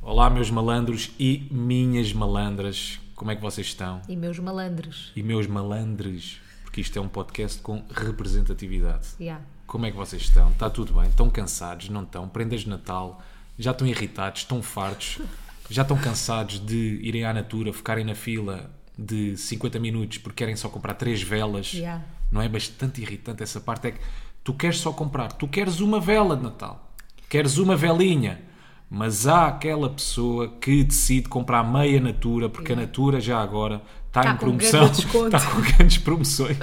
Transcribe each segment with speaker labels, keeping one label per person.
Speaker 1: Olá, meus malandros e minhas malandras. Como é que vocês estão?
Speaker 2: E meus malandros.
Speaker 1: E meus malandres, porque isto é um podcast com representatividade.
Speaker 2: Yeah.
Speaker 1: Como é que vocês estão? Está tudo bem? Estão cansados? Não estão? Prendas de Natal? Já estão irritados? Estão fartos? Já estão cansados de irem à Natura, ficarem na fila de 50 minutos porque querem só comprar três velas?
Speaker 2: Yeah.
Speaker 1: Não é bastante irritante essa parte? É que tu queres só comprar, tu queres uma vela de Natal, queres uma velinha, mas há aquela pessoa que decide comprar meia Natura porque a Natura já agora está
Speaker 2: Tá
Speaker 1: em
Speaker 2: com
Speaker 1: promoção,
Speaker 2: grande desconto.
Speaker 1: está com grandes promoções.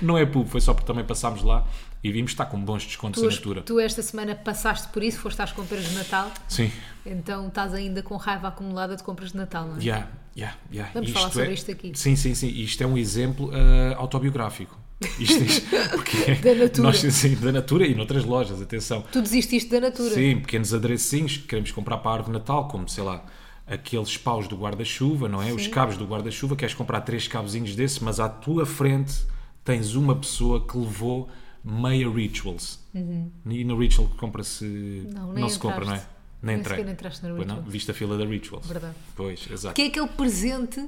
Speaker 1: Não é público, foi só porque também passámos lá e vimos que está com bons descontos
Speaker 2: Tu,
Speaker 1: a Natura.
Speaker 2: tu esta semana passaste por isso, foste às compras de Natal,
Speaker 1: Sim,
Speaker 2: então estás ainda com raiva acumulada de compras de Natal, não é?
Speaker 1: yeah, yeah, yeah. é-
Speaker 2: Vamos falar sobre isto aqui.
Speaker 1: Sim, sim, sim. Isto é um exemplo ah, autobiográfico. Isto, é- porque
Speaker 2: Da Natura.
Speaker 1: Nós, sim, da Natura e noutras lojas, atenção.
Speaker 2: Tu desististe da Natura.
Speaker 1: Sim, pequenos aderecinhos que queremos comprar para a árvore de Natal, como, sei lá, aqueles paus do guarda-chuva, não é? Os cabos do guarda-chuva, queres comprar três cabozinhos desses, mas à tua frente tens uma pessoa que levou meia rituals. E no ritual que compra-se...
Speaker 2: Uhum. Não,
Speaker 1: Não,
Speaker 2: nem
Speaker 1: se compra, não é?
Speaker 2: entraste. Nem sequer entraste na
Speaker 1: Pois não,
Speaker 2: Rituals.
Speaker 1: viste a fila da rituals.
Speaker 2: É Verdade.
Speaker 1: Pois, exato.
Speaker 2: Que é aquele presente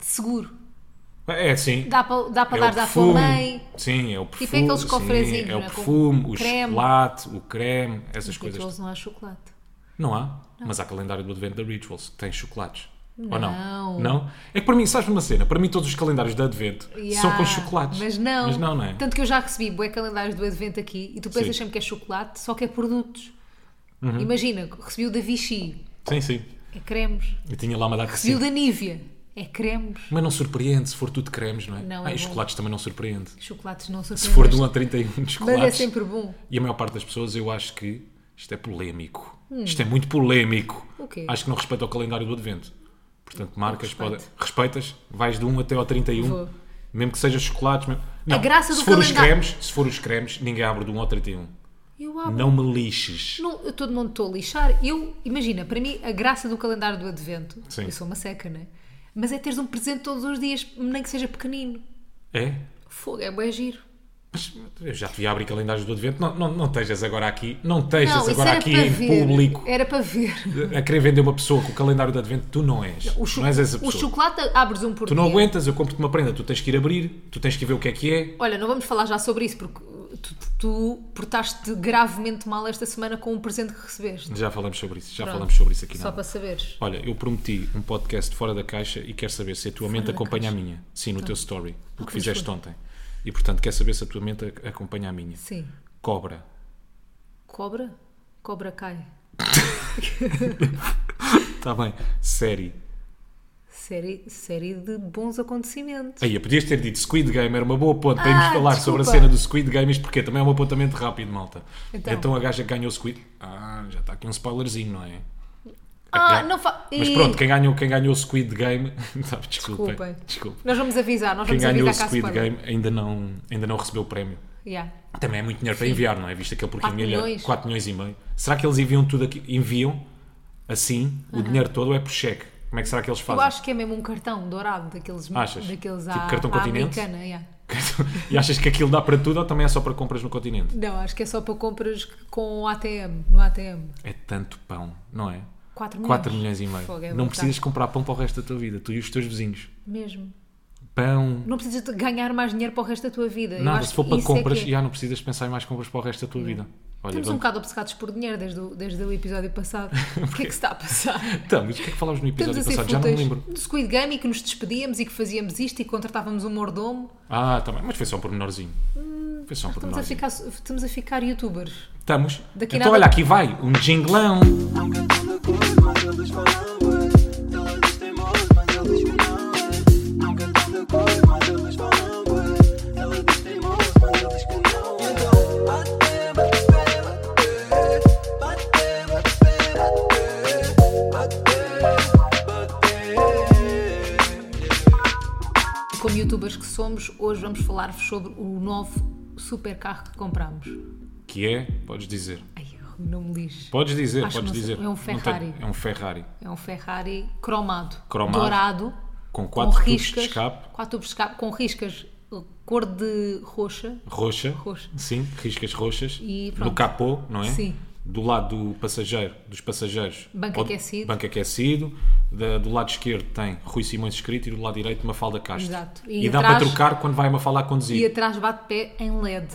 Speaker 2: seguro.
Speaker 1: É, sim.
Speaker 2: Dá para dá para
Speaker 1: É
Speaker 2: dar
Speaker 1: o
Speaker 2: dar à tua
Speaker 1: perfume.
Speaker 2: mãe.
Speaker 1: Sim, é o
Speaker 2: é
Speaker 1: perfume.
Speaker 2: aqueles
Speaker 1: sim,
Speaker 2: cofrezinhos,
Speaker 1: é o
Speaker 2: não é? Com
Speaker 1: perfume, o
Speaker 2: creme. Tipo
Speaker 1: chocolate, o creme, essas
Speaker 2: Porque
Speaker 1: coisas.
Speaker 2: eles não há chocolate.
Speaker 1: Não há, mas há calendário do Advento da Rituals que tem chocolates. Ou não?
Speaker 2: Não.
Speaker 1: Não? É que para mim, sabes uma cena? Para mim, todos os calendários de Advento são
Speaker 2: Yeah,
Speaker 1: com chocolates.
Speaker 2: Mas não.
Speaker 1: Mas não, não é?
Speaker 2: Tanto que eu já recebi bué calendários do Advento aqui e tu pensas
Speaker 1: Sim. Uhum.
Speaker 2: sempre que é chocolate, só que é produtos. Imagina, recebi o da Vichy,
Speaker 1: Sim, sim.
Speaker 2: é cremes.
Speaker 1: Eu tinha lá uma data
Speaker 2: Recebi
Speaker 1: assim.
Speaker 2: o da Nívia, é cremes.
Speaker 1: Mas não surpreende se for tudo cremes, não é?
Speaker 2: Não,
Speaker 1: ah,
Speaker 2: é
Speaker 1: e os
Speaker 2: bom.
Speaker 1: chocolates também não surpreende.
Speaker 2: Chocolates não são
Speaker 1: Se for de 1 a 31 de
Speaker 2: Mas
Speaker 1: chocolates.
Speaker 2: é sempre bom.
Speaker 1: E a maior parte das pessoas, eu acho que isto é polémico. Isto é muito polémico.
Speaker 2: Hum. O quê?
Speaker 1: Acho que não respeita o calendário do Advento. Portanto, marcas
Speaker 2: Respeito.
Speaker 1: podem. Respeitas? Vais de 1 até ao 31.
Speaker 2: Vou.
Speaker 1: Mesmo que seja chocolates. Mesmo... Não,
Speaker 2: graça
Speaker 1: se
Speaker 2: do
Speaker 1: for os
Speaker 2: calendário- Oh.
Speaker 1: cremes, se for os cremes, ninguém abre de 1 ao 31.
Speaker 2: Eu abro.
Speaker 1: Não me lixes.
Speaker 2: Não, eu todo mundo estou a lixar. Eu, imagina, para mim, a graça do calendário do Advento,
Speaker 1: Sim.
Speaker 2: eu sou uma seca, né? Mas é teres um presente todos os dias, nem que seja pequenino.
Speaker 1: É?
Speaker 2: Fogo, é bem giro.
Speaker 1: Mas eu já te vi abrir calendários do Advento. Não, não, não estejas agora aqui. Não estejas agora aqui
Speaker 2: para
Speaker 1: em
Speaker 2: ver.
Speaker 1: público
Speaker 2: Era para ver.
Speaker 1: a querer vender uma pessoa com o calendário do Advento. Tu não és.
Speaker 2: O, cho-
Speaker 1: não és essa
Speaker 2: o
Speaker 1: pessoa.
Speaker 2: chocolate abres um por
Speaker 1: Tu não
Speaker 2: dia.
Speaker 1: aguentas, eu compro-te uma prenda, tu tens que ir abrir, tu tens que ir ver o que é que é,
Speaker 2: Olha, não vamos falar já sobre isso, porque uh, tu, tu portaste gravemente mal esta semana com um presente que recebeste.
Speaker 1: Já falamos sobre isso, já
Speaker 2: Pronto.
Speaker 1: falamos sobre isso aqui.
Speaker 2: Só
Speaker 1: Não.
Speaker 2: para saberes.
Speaker 1: Olha, eu prometi um podcast fora da caixa e quero saber se a tua mente
Speaker 2: da
Speaker 1: acompanha a
Speaker 2: caixa. Tá. Ah,
Speaker 1: minha. Sim, no teu story, o que
Speaker 2: pois
Speaker 1: fizeste ontem. E portanto, quero saber se a tua mente ac- acompanha a minha.
Speaker 2: Sim.
Speaker 1: Cobra.
Speaker 2: Cobra? Cobra cai.
Speaker 1: Está Tá bem. Série.
Speaker 2: Série, série de bons acontecimentos.
Speaker 1: Aí, podias ter dito Squid Game, era uma boa ponta para irmos
Speaker 2: Ah,
Speaker 1: falar sobre
Speaker 2: desculpa.
Speaker 1: a cena do Squid Game, isto porque também é um apontamento rápido, malta. Então,
Speaker 2: Então.
Speaker 1: a gaja que ganhou o Squid. Ah, já está aqui um spoilerzinho, não é?
Speaker 2: Ah,
Speaker 1: Ga-
Speaker 2: não fa...
Speaker 1: Mas
Speaker 2: Ih,
Speaker 1: pronto, quem ganhou, quem ganhou o Squid Game. Tá, Desculpem.
Speaker 2: Desculpem.
Speaker 1: Desculpem.
Speaker 2: Nós vamos avisar, nós
Speaker 1: Quem
Speaker 2: vamos
Speaker 1: ganhou o
Speaker 2: avisar cá
Speaker 1: Squid Game ainda não, ainda não recebeu o prémio.
Speaker 2: Yeah.
Speaker 1: Também é muito dinheiro para enviar, não é? Visto aquele porquinho
Speaker 2: Quatro
Speaker 1: milhão,
Speaker 2: milhões.
Speaker 1: 4 milhões e meio. Será que eles enviam tudo aqui? Enviam assim, o dinheiro todo é por cheque. Como é que será que eles
Speaker 2: Eu
Speaker 1: fazem?
Speaker 2: acho que é mesmo um cartão dourado daqueles
Speaker 1: Achas?
Speaker 2: daqueles
Speaker 1: Tipo
Speaker 2: à,
Speaker 1: cartão
Speaker 2: à
Speaker 1: continente?
Speaker 2: americana. yeah.
Speaker 1: e achas que aquilo dá para tudo ou também é só para compras no continente?
Speaker 2: Não, acho que é só para compras com o ATM, no ATM.
Speaker 1: É tanto pão, não é?
Speaker 2: 4 milhões.
Speaker 1: 4 milhões e meio.
Speaker 2: Fogo, é
Speaker 1: não
Speaker 2: brutal.
Speaker 1: precisas comprar pão para o resto da tua vida, tu e os teus vizinhos.
Speaker 2: Mesmo.
Speaker 1: Pão,
Speaker 2: Não precisas de ganhar mais dinheiro para o resto da tua vida. Eu
Speaker 1: nada.
Speaker 2: acho
Speaker 1: Se for
Speaker 2: que
Speaker 1: para
Speaker 2: isso é
Speaker 1: compras,
Speaker 2: que é.
Speaker 1: já não precisas pensar em mais compras para o resto da tua vida. Olha,
Speaker 2: Estamos um
Speaker 1: vamos-
Speaker 2: bocado obcecados por dinheiro desde o, desde o episódio passado. o que é que se está a passar?
Speaker 1: Então, mas o que é que falámos no
Speaker 2: Estamos
Speaker 1: episódio
Speaker 2: a
Speaker 1: passado?
Speaker 2: ser
Speaker 1: Já não me
Speaker 2: fúteis
Speaker 1: lembro.
Speaker 2: do Squid Game e que nos despedíamos e que fazíamos isto e que contratávamos um mordomo.
Speaker 1: Ah, também, mas foi só um pormenorzinho. Foi só um
Speaker 2: Hum, Estamos a,
Speaker 1: pormenorzinho.
Speaker 2: ficar, estamos a ficar youtubers.
Speaker 1: Estamos.
Speaker 2: Daqui
Speaker 1: então,
Speaker 2: nada-
Speaker 1: olha, aqui vai, um jinglão.
Speaker 3: Nunca tão de acordo, mas eles falam bué. Eles têm moço, mas ele diz que não é. Nunca tão de acordo, mas eles falam bué. Ela diz que tem moço, mas ele diz que não é. Então, bate, bate, bate, bate. Bate, bate, bate, bate, bate.
Speaker 2: Como youtubers que somos, hoje vamos falar-vos sobre o novo supercarro que comprámos.
Speaker 1: Que é, podes dizer.
Speaker 2: Ai, não me lixe.
Speaker 1: Podes dizer,
Speaker 2: Acho
Speaker 1: podes
Speaker 2: que não sei,
Speaker 1: dizer.
Speaker 2: é um
Speaker 1: Não tenho-
Speaker 2: Ferrari.
Speaker 1: é um Ferrari.
Speaker 2: É um Ferrari cromado,
Speaker 1: Cromado.
Speaker 2: dourado,
Speaker 1: Com quatro tubos de
Speaker 2: riscas,
Speaker 1: escape.
Speaker 2: quatro tubos de escape, com riscas uh, cor de roxa.
Speaker 1: Roxa.
Speaker 2: Roxa.
Speaker 1: Sim, riscas roxas.
Speaker 2: E pronto.
Speaker 1: no capô, não é?
Speaker 2: Sim.
Speaker 1: do lado do passageiro, dos passageiros,
Speaker 2: Banco
Speaker 1: ou do-
Speaker 2: aquecido.
Speaker 1: banco aquecido. Da- do lado esquerdo tem Rui Simões escrito e do lado direito Mafalda Castro.
Speaker 2: Exato.
Speaker 1: E,
Speaker 2: E
Speaker 1: dá
Speaker 2: atrás-
Speaker 1: para trocar quando vai a Mafalda a
Speaker 2: E
Speaker 1: conduzir.
Speaker 2: atrás bate pé em LED.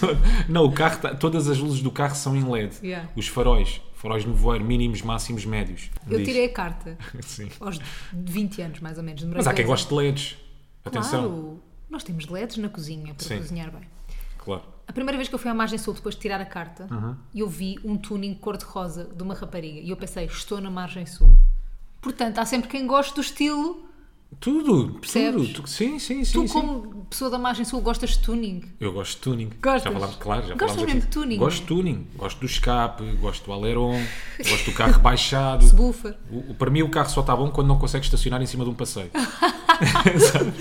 Speaker 1: Todo- não, o carro tá- todas as luzes do carro são em LED.
Speaker 2: Yeah.
Speaker 1: Os faróis, faróis no voeiro, mínimos, máximos, médios.
Speaker 2: Eu
Speaker 1: Diz.
Speaker 2: tirei a carta
Speaker 1: Sim.
Speaker 2: aos 20 anos, mais ou menos. Demorei
Speaker 1: Mas há
Speaker 2: dois
Speaker 1: quem
Speaker 2: anos.
Speaker 1: goste de LEDs. Atenção.
Speaker 2: Claro, nós temos LEDs na cozinha para
Speaker 1: Sim.
Speaker 2: cozinhar bem.
Speaker 1: Claro.
Speaker 2: A primeira vez que eu fui à margem sul depois de tirar a carta, eu vi um tuning cor-de-rosa de uma rapariga e eu pensei, estou na margem sul. Portanto, há sempre quem goste do estilo.
Speaker 1: Tudo,
Speaker 2: Percebes?
Speaker 1: tudo. Tu- Sim, sim, sim.
Speaker 2: Tu,
Speaker 1: sim.
Speaker 2: como pessoa da margem sul, gostas de tuning.
Speaker 1: Eu gosto de tuning.
Speaker 2: Gostas?
Speaker 1: Já falámos, claro, já
Speaker 2: Gostas
Speaker 1: falámos
Speaker 2: mesmo
Speaker 1: aqui.
Speaker 2: de tuning,
Speaker 1: Gosto de tuning. Gosto do escape, gosto do aleron, gosto do carro baixado.
Speaker 2: Se bufa.
Speaker 1: O, o- para mim o carro só está bom quando não consegue estacionar em cima de um passeio. Sabe?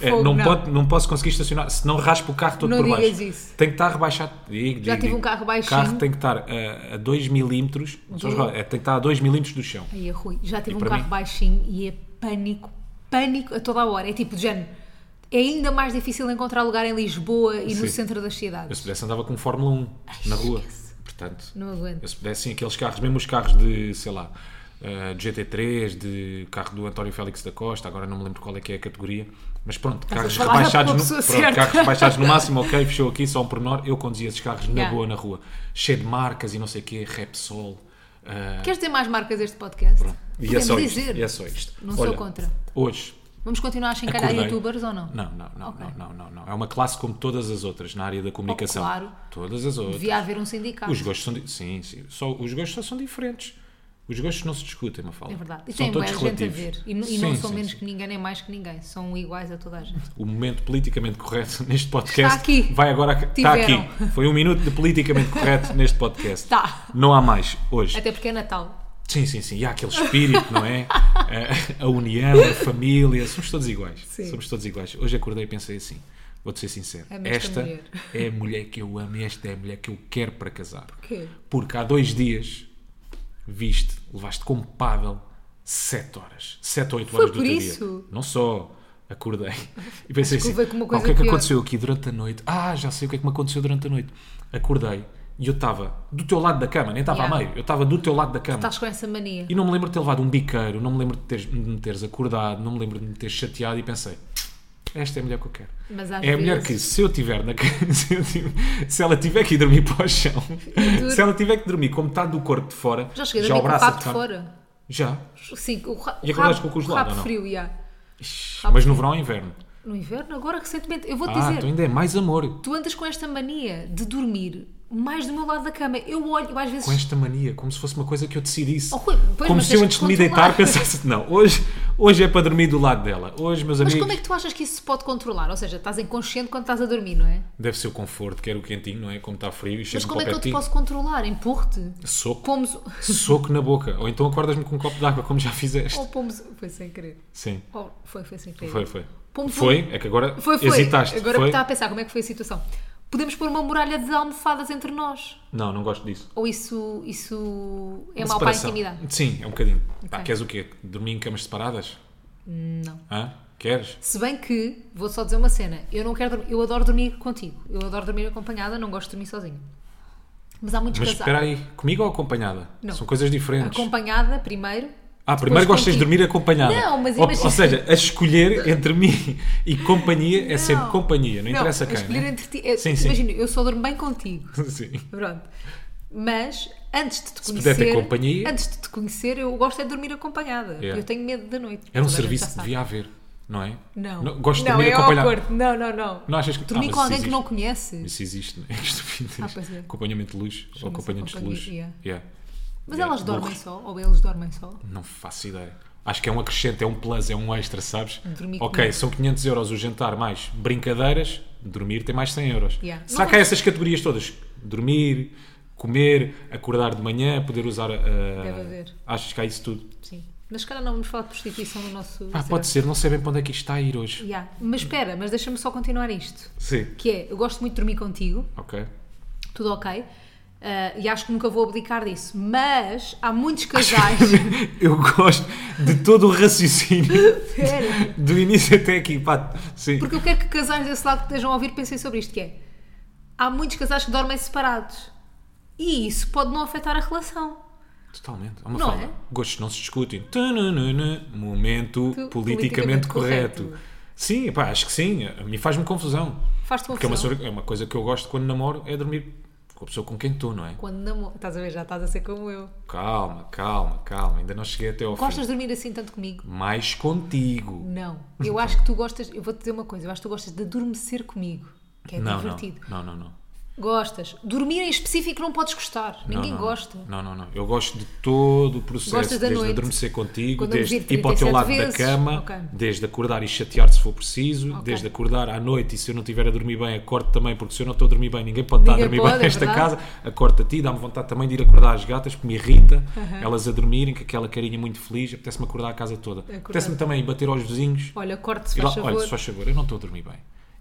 Speaker 1: É,
Speaker 2: Fogo,
Speaker 1: não,
Speaker 2: não.
Speaker 1: pode- não posso conseguir estacionar, se não raspo o carro todo
Speaker 2: Não
Speaker 1: por baixo.
Speaker 2: digas isso.
Speaker 1: Tem que estar rebaixado. Digo,
Speaker 2: Já
Speaker 1: digo,
Speaker 2: tive um
Speaker 1: digo.
Speaker 2: carro baixinho.
Speaker 1: O carro tem que estar a- a 2 milímetros, não são as
Speaker 2: Do-
Speaker 1: rodas, é, tem que estar a 2 milímetros do chão.
Speaker 2: Aí é Rui. Já tive
Speaker 1: E
Speaker 2: um
Speaker 1: para
Speaker 2: carro
Speaker 1: mim?
Speaker 2: baixinho e é pânico, pânico a toda a hora. É tipo, de género, é ainda mais difícil encontrar lugar em Lisboa e
Speaker 1: Sim.
Speaker 2: no centro das
Speaker 1: Eu
Speaker 2: cidades.
Speaker 1: se pudesse andava com um Fórmula 1 na rua. Portanto,
Speaker 2: Não aguento.
Speaker 1: eu se pudesse sim, aqueles carros, mesmo os carros de, sei lá, eh, de GT3, de carro do António Félix da Costa, agora não me lembro qual é que é a categoria, mas pronto, carros
Speaker 2: falar com a
Speaker 1: rebaixados, no,
Speaker 2: pessoa
Speaker 1: pronto,
Speaker 2: certa.
Speaker 1: carros rebaixados no máximo, ok, fechou aqui, só um pormenor, eu conduzia esses carros na
Speaker 2: Yeah.
Speaker 1: boa na rua, cheio de marcas e não sei o quê, Repsol, eh,
Speaker 2: Queres dizer mais marcas deste podcast?
Speaker 1: e é só,
Speaker 2: Podemos
Speaker 1: isto,
Speaker 2: dizer.
Speaker 1: e é só isto.
Speaker 2: Não sou contra.
Speaker 1: Hoje,
Speaker 2: Vamos continuar a chincalhar
Speaker 1: Acordei.
Speaker 2: youtubers ou não?
Speaker 1: não, não, não,
Speaker 2: Ok. Oh,
Speaker 1: não, não, não, é uma classe como todas as outras na área da comunicação.
Speaker 2: claro.
Speaker 1: Todas as outras.
Speaker 2: Devia haver um sindicato.
Speaker 1: Os gostos são di- sim, sim. Só, os gostos só são diferentes. Os gostos não se discutem, uma fala.
Speaker 2: É verdade. E tem bué gente a ver. E, n- e não são menos que ninguém, nem mais que ninguém. São iguais a toda a gente.
Speaker 1: O momento politicamente correto neste podcast
Speaker 2: Está aqui.
Speaker 1: vai agora está aqui.
Speaker 2: Tiveram. Tá.
Speaker 1: Foi um minuto de politicamente correto neste podcast.
Speaker 2: Está.
Speaker 1: Não há mais hoje.
Speaker 2: Até porque é Natal.
Speaker 1: Sim, sim, sim. E há aquele espírito, não é? A, a união, a família. Somos todos iguais.
Speaker 2: Sim.
Speaker 1: Somos todos iguais. Hoje acordei e pensei assim. Vou-te ser sincero.
Speaker 2: Amo esta
Speaker 1: esta
Speaker 2: mulher.
Speaker 1: é a mulher que eu amo e esta é a mulher que eu quero para casar.
Speaker 2: Porquê?
Speaker 1: Porque há dois dias viste, levaste como pável 7 horas. 7 ou 8 horas do
Speaker 2: por
Speaker 1: teu
Speaker 2: isso?
Speaker 1: dia. Não só acordei e pensei assim:
Speaker 2: Desculpa, com uma
Speaker 1: "Ah, o
Speaker 2: coisa
Speaker 1: que é que
Speaker 2: pior."
Speaker 1: aconteceu aqui durante a noite? Ah, já sei o que é que me aconteceu durante a noite. Acordei e eu estava do teu lado da cama, nem estava
Speaker 2: Yeah.
Speaker 1: a meio, eu estava do teu lado da cama.
Speaker 2: Estás com essa mania.
Speaker 1: E não me lembro de ter levado um biqueiro, não me lembro de, teres- de me teres acordado, não me lembro de me teres chateado e pensei: esta é a mulher que eu quero.
Speaker 2: Mas às
Speaker 1: é a mulher que,
Speaker 2: vezes-
Speaker 1: se eu tiver na ca- se, eu tiver- se ela tiver que ir dormir para o chão,
Speaker 2: duro.
Speaker 1: se ela tiver que dormir com metade do corpo de fora,
Speaker 2: Já cheguei a dormir com o
Speaker 1: braço a
Speaker 2: rabo de
Speaker 1: tocar-
Speaker 2: fora.
Speaker 1: Já.
Speaker 2: Sim, o, ra
Speaker 1: E
Speaker 2: o
Speaker 1: acordaste
Speaker 2: rabo,
Speaker 1: com o congelado,
Speaker 2: o rabo
Speaker 1: ou não?
Speaker 2: frio, já.
Speaker 1: Mas no verão ou inverno?
Speaker 2: No inverno, agora recentemente. Eu vou-te
Speaker 1: Ah,
Speaker 2: dizer,
Speaker 1: então ainda é mais amor.
Speaker 2: tu andas com esta mania de dormir mais do meu lado da cama. Eu olho, eu às vezes.
Speaker 1: Com esta mania, como se fosse uma coisa que eu decidisse.
Speaker 2: Oh, Rui, pois,
Speaker 1: como
Speaker 2: mas
Speaker 1: se eu
Speaker 2: tens
Speaker 1: antes
Speaker 2: que
Speaker 1: de me
Speaker 2: controlar.
Speaker 1: deitar pensasse, não, hoje, hoje é para dormir do lado dela. Hoje, meus
Speaker 2: Mas
Speaker 1: amigos,
Speaker 2: como é que tu achas que isso se pode controlar? Ou seja, estás inconsciente quando estás a dormir, não é?
Speaker 1: deve ser o conforto, quero o quentinho, não é? Como está frio e
Speaker 2: Mas
Speaker 1: chega
Speaker 2: como
Speaker 1: para o
Speaker 2: é que eu te
Speaker 1: pertinho.
Speaker 2: posso controlar? Empurro-te?
Speaker 1: Soco.
Speaker 2: Pomos.
Speaker 1: Soco na boca. Ou então acordas-me com um copo de água, como já fizeste.
Speaker 2: Ou pomos. Foi sem querer.
Speaker 1: Sim.
Speaker 2: Oh, foi, foi sem querer.
Speaker 1: Foi, foi.
Speaker 2: Pomos
Speaker 1: Foi? É que agora
Speaker 2: Então, Foi, foi.
Speaker 1: hesitaste.
Speaker 2: Agora
Speaker 1: foi?
Speaker 2: que está a pensar como é que foi a situação. Podemos pôr uma muralha de almofadas entre nós.
Speaker 1: Não, não gosto disso.
Speaker 2: Ou isso, isso é
Speaker 1: Uma
Speaker 2: mau para a
Speaker 1: separação.
Speaker 2: intimidade?
Speaker 1: Sim, é um bocadinho. Pá,
Speaker 2: Ok.
Speaker 1: queres o quê? Dormir em camas separadas?
Speaker 2: Não.
Speaker 1: Hã? Queres?
Speaker 2: Se bem que, vou só dizer uma cena, eu não quero dormir, eu adoro dormir contigo. Eu adoro dormir acompanhada, não gosto de dormir sozinha. Mas há muitos
Speaker 1: Mas
Speaker 2: casais.
Speaker 1: espera aí, comigo ou acompanhada?
Speaker 2: Não.
Speaker 1: São coisas diferentes.
Speaker 2: Acompanhada primeiro.
Speaker 1: ah, primeiro
Speaker 2: depois
Speaker 1: gostas de
Speaker 2: contigo.
Speaker 1: dormir acompanhada.
Speaker 2: Não, mas
Speaker 1: ou,
Speaker 2: imagina-
Speaker 1: ou seja, a escolher entre mim e companhia é sempre companhia, não,
Speaker 2: Não,
Speaker 1: interessa quem.
Speaker 2: escolher
Speaker 1: né?
Speaker 2: entre ti. é-
Speaker 1: Sim, sim.
Speaker 2: Imagina, eu só durmo bem contigo.
Speaker 1: Sim. um
Speaker 2: Pronto. Mas antes de te
Speaker 1: puder
Speaker 2: conhecer,
Speaker 1: ter companhia.
Speaker 2: antes de te conhecer, eu gosto é de dormir acompanhada.
Speaker 1: Yeah.
Speaker 2: Eu tenho medo da noite.
Speaker 1: Era um
Speaker 2: Toda a gente
Speaker 1: serviço
Speaker 2: já
Speaker 1: que
Speaker 2: sabe.
Speaker 1: devia haver, não é?
Speaker 2: Não.
Speaker 1: gosto de
Speaker 2: não,
Speaker 1: dormir
Speaker 2: é
Speaker 1: acompanhada.
Speaker 2: awkward. Não, não, não.
Speaker 1: Não achas que.
Speaker 2: Dormir
Speaker 1: Ah,
Speaker 2: com
Speaker 1: mas isso
Speaker 2: alguém que
Speaker 1: existe.
Speaker 2: não conheces.
Speaker 1: Isso existe, não é? Que estupidez.
Speaker 2: Ah, pois é.
Speaker 1: Acompanhamento de luz ou acompanhantes de luz.
Speaker 2: companhia,
Speaker 1: Yeah.
Speaker 2: Mas
Speaker 1: Yeah.
Speaker 2: elas dormem
Speaker 1: é Burro.
Speaker 2: só, ou eles dormem só.
Speaker 1: Não faço ideia. Acho que é um acrescente, é um plus, é um extra, sabes?
Speaker 2: Hum, Dormir
Speaker 1: ok,
Speaker 2: comigo.
Speaker 1: são 500 euros o jantar mais brincadeiras, dormir tem mais 100 euros.
Speaker 2: Yeah.
Speaker 1: Será
Speaker 2: Não é um
Speaker 1: que há
Speaker 2: vamos-
Speaker 1: essas categorias todas? Dormir, comer, acordar de manhã, poder usar. ah,
Speaker 2: Deve haver.
Speaker 1: Achas que há isso tudo?
Speaker 2: Sim. Mas se calhar não vamos falar de prostituição no nosso.
Speaker 1: Pá, Ah, pode ser, não sei bem para onde é que isto está a ir hoje.
Speaker 2: Yeah. Mas espera, mas deixa-me só continuar isto.
Speaker 1: Sim.
Speaker 2: Que é, eu gosto muito de dormir contigo,
Speaker 1: Ok.
Speaker 2: tudo ok. ah, e acho que nunca vou abdicar disso. Mas há muitos casais.
Speaker 1: Eu gosto de todo o raciocínio,
Speaker 2: Espera.
Speaker 1: do início até aqui. Pá, sim.
Speaker 2: Porque eu quero que casais desse lado que estejam a ouvir pensem sobre isto, que é há muitos casais que dormem separados. E isso pode não afetar a relação.
Speaker 1: Totalmente. Há uma
Speaker 2: Não
Speaker 1: fala.
Speaker 2: é?
Speaker 1: Gostos não se discutem. Tananana, Momento
Speaker 2: Tu-
Speaker 1: politicamente
Speaker 2: politicamente
Speaker 1: correto.
Speaker 2: correto.
Speaker 1: Sim, pá, acho que sim. A mim faz-me confusão.
Speaker 2: Faz-te
Speaker 1: Porque é uma,
Speaker 2: confusão.
Speaker 1: sor- é uma coisa que eu gosto quando namoro é dormir com a pessoa com quem estou, não é?
Speaker 2: Quando namoro. Estás a ver, já estás a ser como eu.
Speaker 1: Calma, calma, calma. Ainda não cheguei até ao
Speaker 2: Gostas
Speaker 1: fim.
Speaker 2: de dormir assim tanto comigo?
Speaker 1: Mais contigo.
Speaker 2: Não. Eu acho que tu gostas. Eu vou-te dizer uma coisa. Eu acho que tu gostas de adormecer comigo. Que é
Speaker 1: não, não,
Speaker 2: divertido.
Speaker 1: não, não, não.
Speaker 2: Gostas. Dormir em específico não podes gostar.
Speaker 1: Não,
Speaker 2: Ninguém
Speaker 1: não, não.
Speaker 2: gosta.
Speaker 1: Não, não, não. Eu gosto de todo o processo,
Speaker 2: Gostas da
Speaker 1: desde
Speaker 2: noite.
Speaker 1: adormecer contigo,
Speaker 2: Quando
Speaker 1: desde
Speaker 2: eu me vi
Speaker 1: ir para o teu
Speaker 2: 37
Speaker 1: lado
Speaker 2: vezes.
Speaker 1: da cama,
Speaker 2: Ok.
Speaker 1: desde acordar e chatear se for preciso,
Speaker 2: Ok.
Speaker 1: desde acordar à noite e se eu não estiver a dormir bem, acordo também, porque se eu não estou a dormir bem, ninguém pode estar a
Speaker 2: Ninguém
Speaker 1: dormir bem
Speaker 2: pode, é
Speaker 1: nesta
Speaker 2: verdade.
Speaker 1: casa, acordo a ti, dá-me vontade também de ir acordar as gatas, porque me irrita, elas a dormirem, com aquela carinha muito feliz, apetece-me acordar a casa toda. Apetece-me também ir bater aos vizinhos,
Speaker 2: Olha, corte-se,
Speaker 1: e
Speaker 2: faz
Speaker 1: lá,
Speaker 2: favor.
Speaker 1: olha, se faz favor, eu não estou a dormir bem.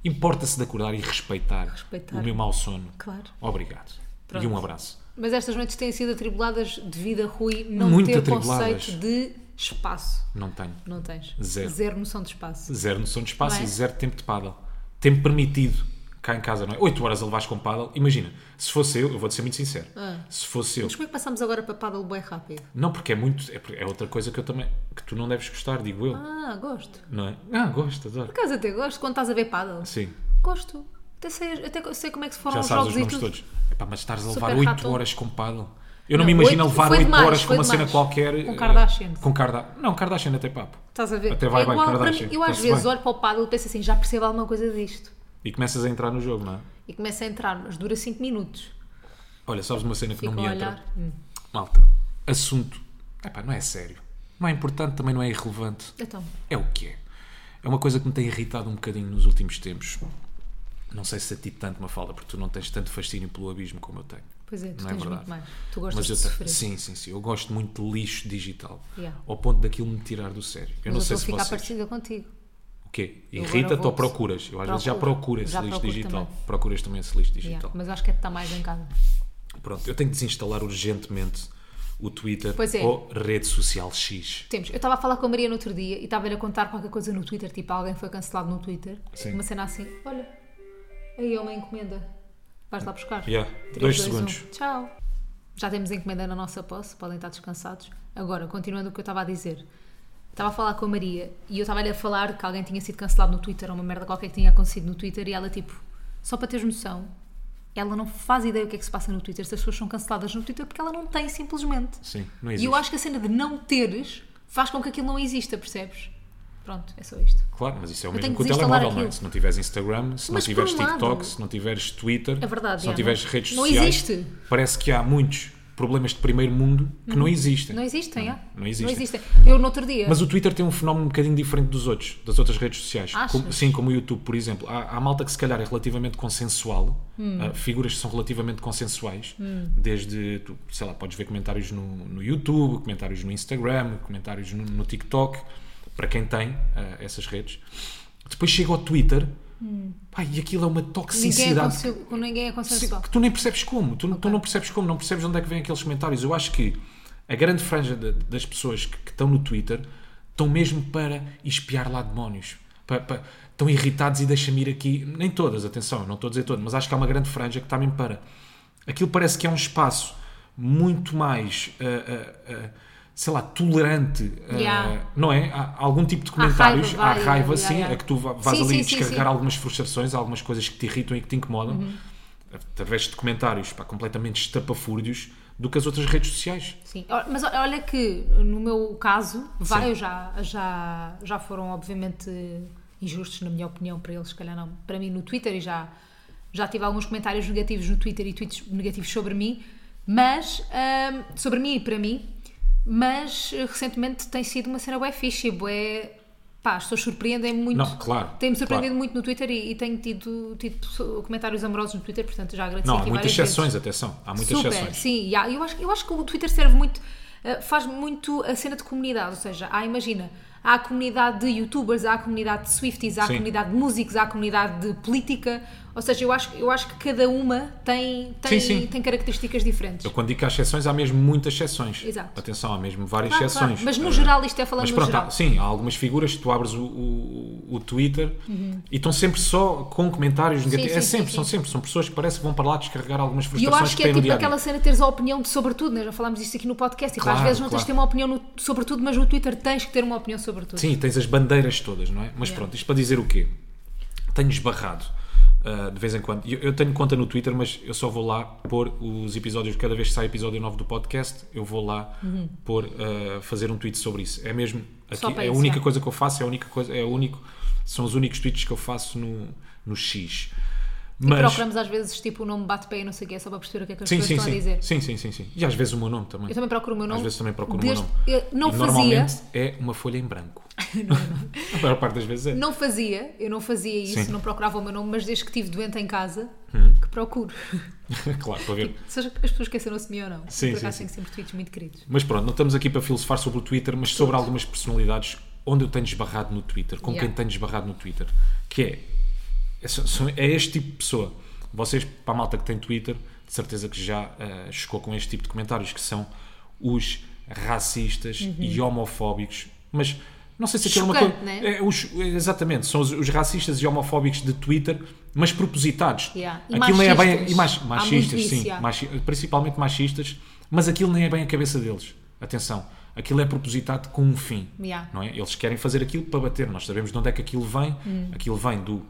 Speaker 1: Importa-se de acordar e respeitar,
Speaker 2: Respeitar.
Speaker 1: o meu mau sono.
Speaker 2: Claro.
Speaker 1: Obrigado. E
Speaker 2: Pronto.
Speaker 1: um abraço.
Speaker 2: Mas estas noites têm sido atribuladas devido a Rui não
Speaker 1: Muito
Speaker 2: ter
Speaker 1: atribuladas.
Speaker 2: conceito de espaço.
Speaker 1: Não tenho.
Speaker 2: Não tens?
Speaker 1: Zero.
Speaker 2: noção de espaço.
Speaker 1: Zero noção de espaço
Speaker 2: Não é?
Speaker 1: e zero tempo de paddle. Tempo permitido cá em casa, não é? 8 horas a levares com paddle. Imagina, se fosse eu, eu vou-te ser muito sincero.
Speaker 2: Ah.
Speaker 1: Se fosse eu.
Speaker 2: Mas como é que passamos agora para paddle bem rápido?
Speaker 1: Não, porque é muito. É, porque é outra coisa que eu também. que tu não deves gostar, digo eu.
Speaker 2: Ah, gosto. Por
Speaker 1: Não é? Ah, gosto, adoro.
Speaker 2: acaso até gosto quando estás a ver paddle.
Speaker 1: Sim,
Speaker 2: Gosto. Até sei, até sei como é que se foram
Speaker 1: já
Speaker 2: os
Speaker 1: sabes
Speaker 2: jogos
Speaker 1: os
Speaker 2: e
Speaker 1: nomes
Speaker 2: tudo.
Speaker 1: todos. Epá, mas estás a
Speaker 2: Super
Speaker 1: levar 8
Speaker 2: Rattle.
Speaker 1: horas com paddle. Eu não, me
Speaker 2: Não,
Speaker 1: imagino a
Speaker 2: oito-
Speaker 1: levar
Speaker 2: foi
Speaker 1: 8
Speaker 2: demais,
Speaker 1: horas com
Speaker 2: foi
Speaker 1: uma cena
Speaker 2: demais.
Speaker 1: qualquer.
Speaker 2: Com
Speaker 1: eh,
Speaker 2: Kardashian.
Speaker 1: Com Kardashian. Não, Kardashian até papo.
Speaker 2: Estás a ver?
Speaker 1: Até vai
Speaker 2: É
Speaker 1: bem,
Speaker 2: igual para
Speaker 1: Kardashian.
Speaker 2: mim. Eu às
Speaker 1: Está-se
Speaker 2: vezes
Speaker 1: bem.
Speaker 2: olho para o paddle e penso assim, já percebo alguma coisa disto.
Speaker 1: E começas a entrar no jogo, não é?
Speaker 2: E começa a entrar, mas dura 5 minutos.
Speaker 1: Olha, sabes uma cena que
Speaker 2: Fico
Speaker 1: não me
Speaker 2: a
Speaker 1: entra?
Speaker 2: olhar. Hum.
Speaker 1: Malta, assunto. Epá, não é sério. Não é importante, também não é irrelevante.
Speaker 2: Então,
Speaker 1: É o que é. É uma coisa que me tem irritado um bocadinho nos últimos tempos. Não sei se a ti tanto me fala, porque tu não tens tanto fascínio pelo abismo como eu tenho.
Speaker 2: pois é, tu
Speaker 1: Não é
Speaker 2: tens
Speaker 1: verdade.
Speaker 2: muito mais. Tu
Speaker 1: Mas
Speaker 2: gostas
Speaker 1: eu
Speaker 2: de
Speaker 1: tenho-
Speaker 2: sofrer.
Speaker 1: Sim, sim, sim. Eu gosto muito de lixo digital.
Speaker 2: Yeah.
Speaker 1: Ao ponto daquilo me tirar do sério. Eu
Speaker 2: Mas
Speaker 1: não sei
Speaker 2: estou a
Speaker 1: se
Speaker 2: ficar
Speaker 1: vocês...
Speaker 2: parecida contigo.
Speaker 1: O quê?
Speaker 2: Eu agora
Speaker 1: Irrita-te ou
Speaker 2: vou-te-
Speaker 1: procuras? Eu às vezes já
Speaker 2: Procuro.
Speaker 1: procuro esse
Speaker 2: Já
Speaker 1: lixo
Speaker 2: procuro
Speaker 1: digital.
Speaker 2: também.
Speaker 1: Procuras também esse lixo
Speaker 2: Yeah,
Speaker 1: digital.
Speaker 2: Mas acho que é de estar mais em casa.
Speaker 1: Pronto, eu tenho que desinstalar urgentemente o Twitter
Speaker 2: Pois é.
Speaker 1: ou rede social X.
Speaker 2: Temos. Eu estava a falar com a Maria no outro dia e estava-lhe a contar qualquer coisa no Twitter, tipo alguém foi cancelado no Twitter.
Speaker 1: Sim.
Speaker 2: Uma cena assim: olha, aí é uma encomenda. Vais lá buscar.
Speaker 1: Yeah,
Speaker 2: Três,
Speaker 1: dois
Speaker 2: dois,
Speaker 1: segundos.
Speaker 2: um. Tchau. Já temos a encomenda na nossa posse, podem estar descansados. Agora, continuando o que eu estava a dizer. Estava a falar com a Maria e eu estava-lhe a falar que alguém tinha sido cancelado no Twitter, ou uma merda qualquer que tinha acontecido no Twitter, e ela, tipo, só para teres noção, ela não faz ideia o que é que se passa no Twitter, se as pessoas são canceladas no Twitter, porque ela não tem simplesmente.
Speaker 1: Sim, não
Speaker 2: E
Speaker 1: existe.
Speaker 2: eu acho que a cena de não teres faz com que aquilo não exista, percebes? Pronto, é só isto.
Speaker 1: Claro, mas isso é o
Speaker 2: Eu tenho
Speaker 1: mesmo que o
Speaker 2: que desinstalar
Speaker 1: telemóvel, não é?
Speaker 2: aquilo.
Speaker 1: Se não tiveres Instagram, se
Speaker 2: Mas
Speaker 1: não tiveres
Speaker 2: por um lado-
Speaker 1: TikTok, se não tiveres Twitter,
Speaker 2: É verdade,
Speaker 1: se não
Speaker 2: é,
Speaker 1: tiveres
Speaker 2: não-
Speaker 1: redes
Speaker 2: não
Speaker 1: sociais,
Speaker 2: existe. Hum.
Speaker 1: parece que há muitos problemas de primeiro mundo que não existem.
Speaker 2: Não existem, é?
Speaker 1: não existem.
Speaker 2: Eu no outro dia.
Speaker 1: Mas o Twitter tem um fenómeno um bocadinho diferente dos outros, das outras redes sociais.
Speaker 2: Achas?
Speaker 1: Como- sim, como o YouTube, por exemplo. Há, há malta que se calhar é relativamente consensual,
Speaker 2: Hum.
Speaker 1: há figuras que são relativamente consensuais, desde, tu, sei lá, podes ver comentários no, no YouTube, comentários no Instagram, comentários no, no TikTok, para quem tem ah, essas redes. Depois chega ao Twitter, pá, e aquilo é uma
Speaker 2: Hum. ninguém é,
Speaker 1: toxicidade
Speaker 2: consensual, ninguém é
Speaker 1: Sim,
Speaker 2: consensual.
Speaker 1: que tu nem percebes como, tu, tu não percebes como, não percebes onde é que vêm aqueles comentários. Eu acho que a grande franja de- das pessoas que, que estão no Twitter estão mesmo para espiar lá demónios. Pa- pa- estão irritados e deixam-me ir aqui. Nem todas, atenção, eu não estou a dizer todas, mas acho que há uma grande franja que está mesmo para. Aquilo parece que é um espaço muito mais. ah, ah, ah, sei lá, tolerante, ah,
Speaker 2: Yeah.
Speaker 1: não é? Há algum tipo de comentários, há
Speaker 2: raiva, vai,
Speaker 1: raiva,
Speaker 2: yeah,
Speaker 1: sim,
Speaker 2: yeah.
Speaker 1: a que tu va- vais
Speaker 2: Sim,
Speaker 1: ali
Speaker 2: sim, sim,
Speaker 1: descarregar
Speaker 2: sim. Uhum.
Speaker 1: algumas frustrações, algumas coisas que te irritam e que te incomodam, através de comentários pá, completamente estapafúrdios, do que as outras redes sociais.
Speaker 2: Sim, Ol- mas ol- olha que no meu caso,
Speaker 1: Sim.
Speaker 2: vai, eu já, já, já foram obviamente injustos, na minha opinião, para eles, se calhar não, para mim no Twitter e já, já tive alguns comentários negativos no Twitter e tweets negativos sobre mim, mas ahm, sobre mim e para mim, mas eh, recentemente tem sido uma cena bué fixe, bué. Pá, as pessoas surpreendem-me muito.
Speaker 1: Não, claro,
Speaker 2: Tem-me surpreendido
Speaker 1: claro.
Speaker 2: muito no Twitter e, e tenho tido, tido perso- comentários amorosos no Twitter, portanto já agradeci
Speaker 1: Não, há
Speaker 2: aqui
Speaker 1: muitas
Speaker 2: várias vezes.
Speaker 1: exceções, atenção. Há muitas
Speaker 2: Super,
Speaker 1: exceções.
Speaker 2: sim. e há- eu, acho, eu acho que o Twitter serve muito, eh, faz muito a cena de comunidade, ou seja, há, imagina, há a comunidade de youtubers, há a comunidade de Swifties, há a
Speaker 1: Sim.
Speaker 2: comunidade de músicos, há a comunidade de política, Ou seja, eu acho, eu acho que cada uma tem, tem,
Speaker 1: Sim, sim.
Speaker 2: tem características diferentes.
Speaker 1: Eu quando digo que há exceções, há mesmo muitas exceções.
Speaker 2: Exato.
Speaker 1: Atenção, há mesmo várias
Speaker 2: Claro, claro.
Speaker 1: exceções.
Speaker 2: Mas no
Speaker 1: Eh,
Speaker 2: geral, isto é falando
Speaker 1: Mas
Speaker 2: no
Speaker 1: pronto,
Speaker 2: geral.
Speaker 1: há, sim, há algumas figuras que tu abres o, o, o Twitter e estão sempre só com comentários negativos.
Speaker 2: Uhum. sim,
Speaker 1: é
Speaker 2: sim,
Speaker 1: sempre,
Speaker 2: sim.
Speaker 1: são sempre, são pessoas que parece que vão para lá descarregar algumas
Speaker 2: E eu
Speaker 1: frustrações
Speaker 2: acho que é
Speaker 1: têm no
Speaker 2: tipo
Speaker 1: dia
Speaker 2: aquela cena de teres a opinião de sobre tudo, né? já falámos disto aqui no podcast, tipo,
Speaker 1: Claro,
Speaker 2: às vezes não tens
Speaker 1: claro.
Speaker 2: de ter uma opinião no, sobre tudo, mas no Twitter tens que ter uma opinião sobre tudo.
Speaker 1: Sim, tens as bandeiras todas, não é? Mas pronto, isto para dizer o quê? Tenho esbarrado ah, de vez em quando. Eu, eu tenho conta no Twitter, mas eu só vou lá pôr os episódios. Cada vez que sai episódio novo do podcast, eu vou lá pôr, ah, fazer um tweet sobre isso. É mesmo.
Speaker 2: Uhum. Só
Speaker 1: Aqui,
Speaker 2: para
Speaker 1: é a
Speaker 2: isso,
Speaker 1: única
Speaker 2: é.
Speaker 1: coisa que eu faço, é a única coisa, é o único, são os únicos tweets que eu faço no, no X. Mas,
Speaker 2: Procuramos às vezes tipo o nome bate-pé e não sei o que, é só para perceber o que é que as
Speaker 1: sim,
Speaker 2: pessoas
Speaker 1: sim, sim.
Speaker 2: estão a dizer.
Speaker 1: sim, sim, sim, sim. E às vezes o meu nome também.
Speaker 2: Eu também procuro o meu nome.
Speaker 1: Às vezes também procuro
Speaker 2: Desde-
Speaker 1: o meu nome.
Speaker 2: eu não
Speaker 1: E
Speaker 2: fazia.
Speaker 1: Normalmente é uma folha em branco. A maior parte das vezes é.
Speaker 2: Não fazia, eu não fazia isso,
Speaker 1: Sim. Hum.
Speaker 2: não procurava o meu nome, mas desde que estive doente em casa, que procuro.
Speaker 1: claro, para ver.
Speaker 2: Se as as pessoas esqueceram-se de mim ou não.
Speaker 1: Sim,
Speaker 2: Por
Speaker 1: sim,
Speaker 2: acaso
Speaker 1: sim.
Speaker 2: tenho sempre tweets muito queridos.
Speaker 1: Mas pronto, não estamos aqui para filosofar sobre o Twitter, mas sobre algumas personalidades onde eu tenho esbarrado no Twitter, com
Speaker 2: Yeah.
Speaker 1: quem tenho esbarrado no Twitter, que é, é, só- só- é este tipo de pessoa. Vocês, para a malta que tem Twitter, de certeza que já ah, chocou com este tipo de comentários, que são os racistas e homofóbicos, mas não sei se aquilo é uma coisa...
Speaker 2: Uhum. Chocante, né?
Speaker 1: é, os- é, exatamente, são os, os racistas e homofóbicos de Twitter, mas propositados.
Speaker 2: Yeah. E
Speaker 1: Aquilo nem é bem...
Speaker 2: machistas.
Speaker 1: E mach-
Speaker 2: Há muito
Speaker 1: machistas,
Speaker 2: isso,
Speaker 1: sim.
Speaker 2: yeah.
Speaker 1: machi- principalmente machistas, mas aquilo nem é bem a cabeça deles. Atenção, aquilo é propositado com um fim.
Speaker 2: Yeah.
Speaker 1: Não é? Eles querem fazer aquilo para bater. Nós sabemos de onde é que aquilo vem. Aquilo vem do.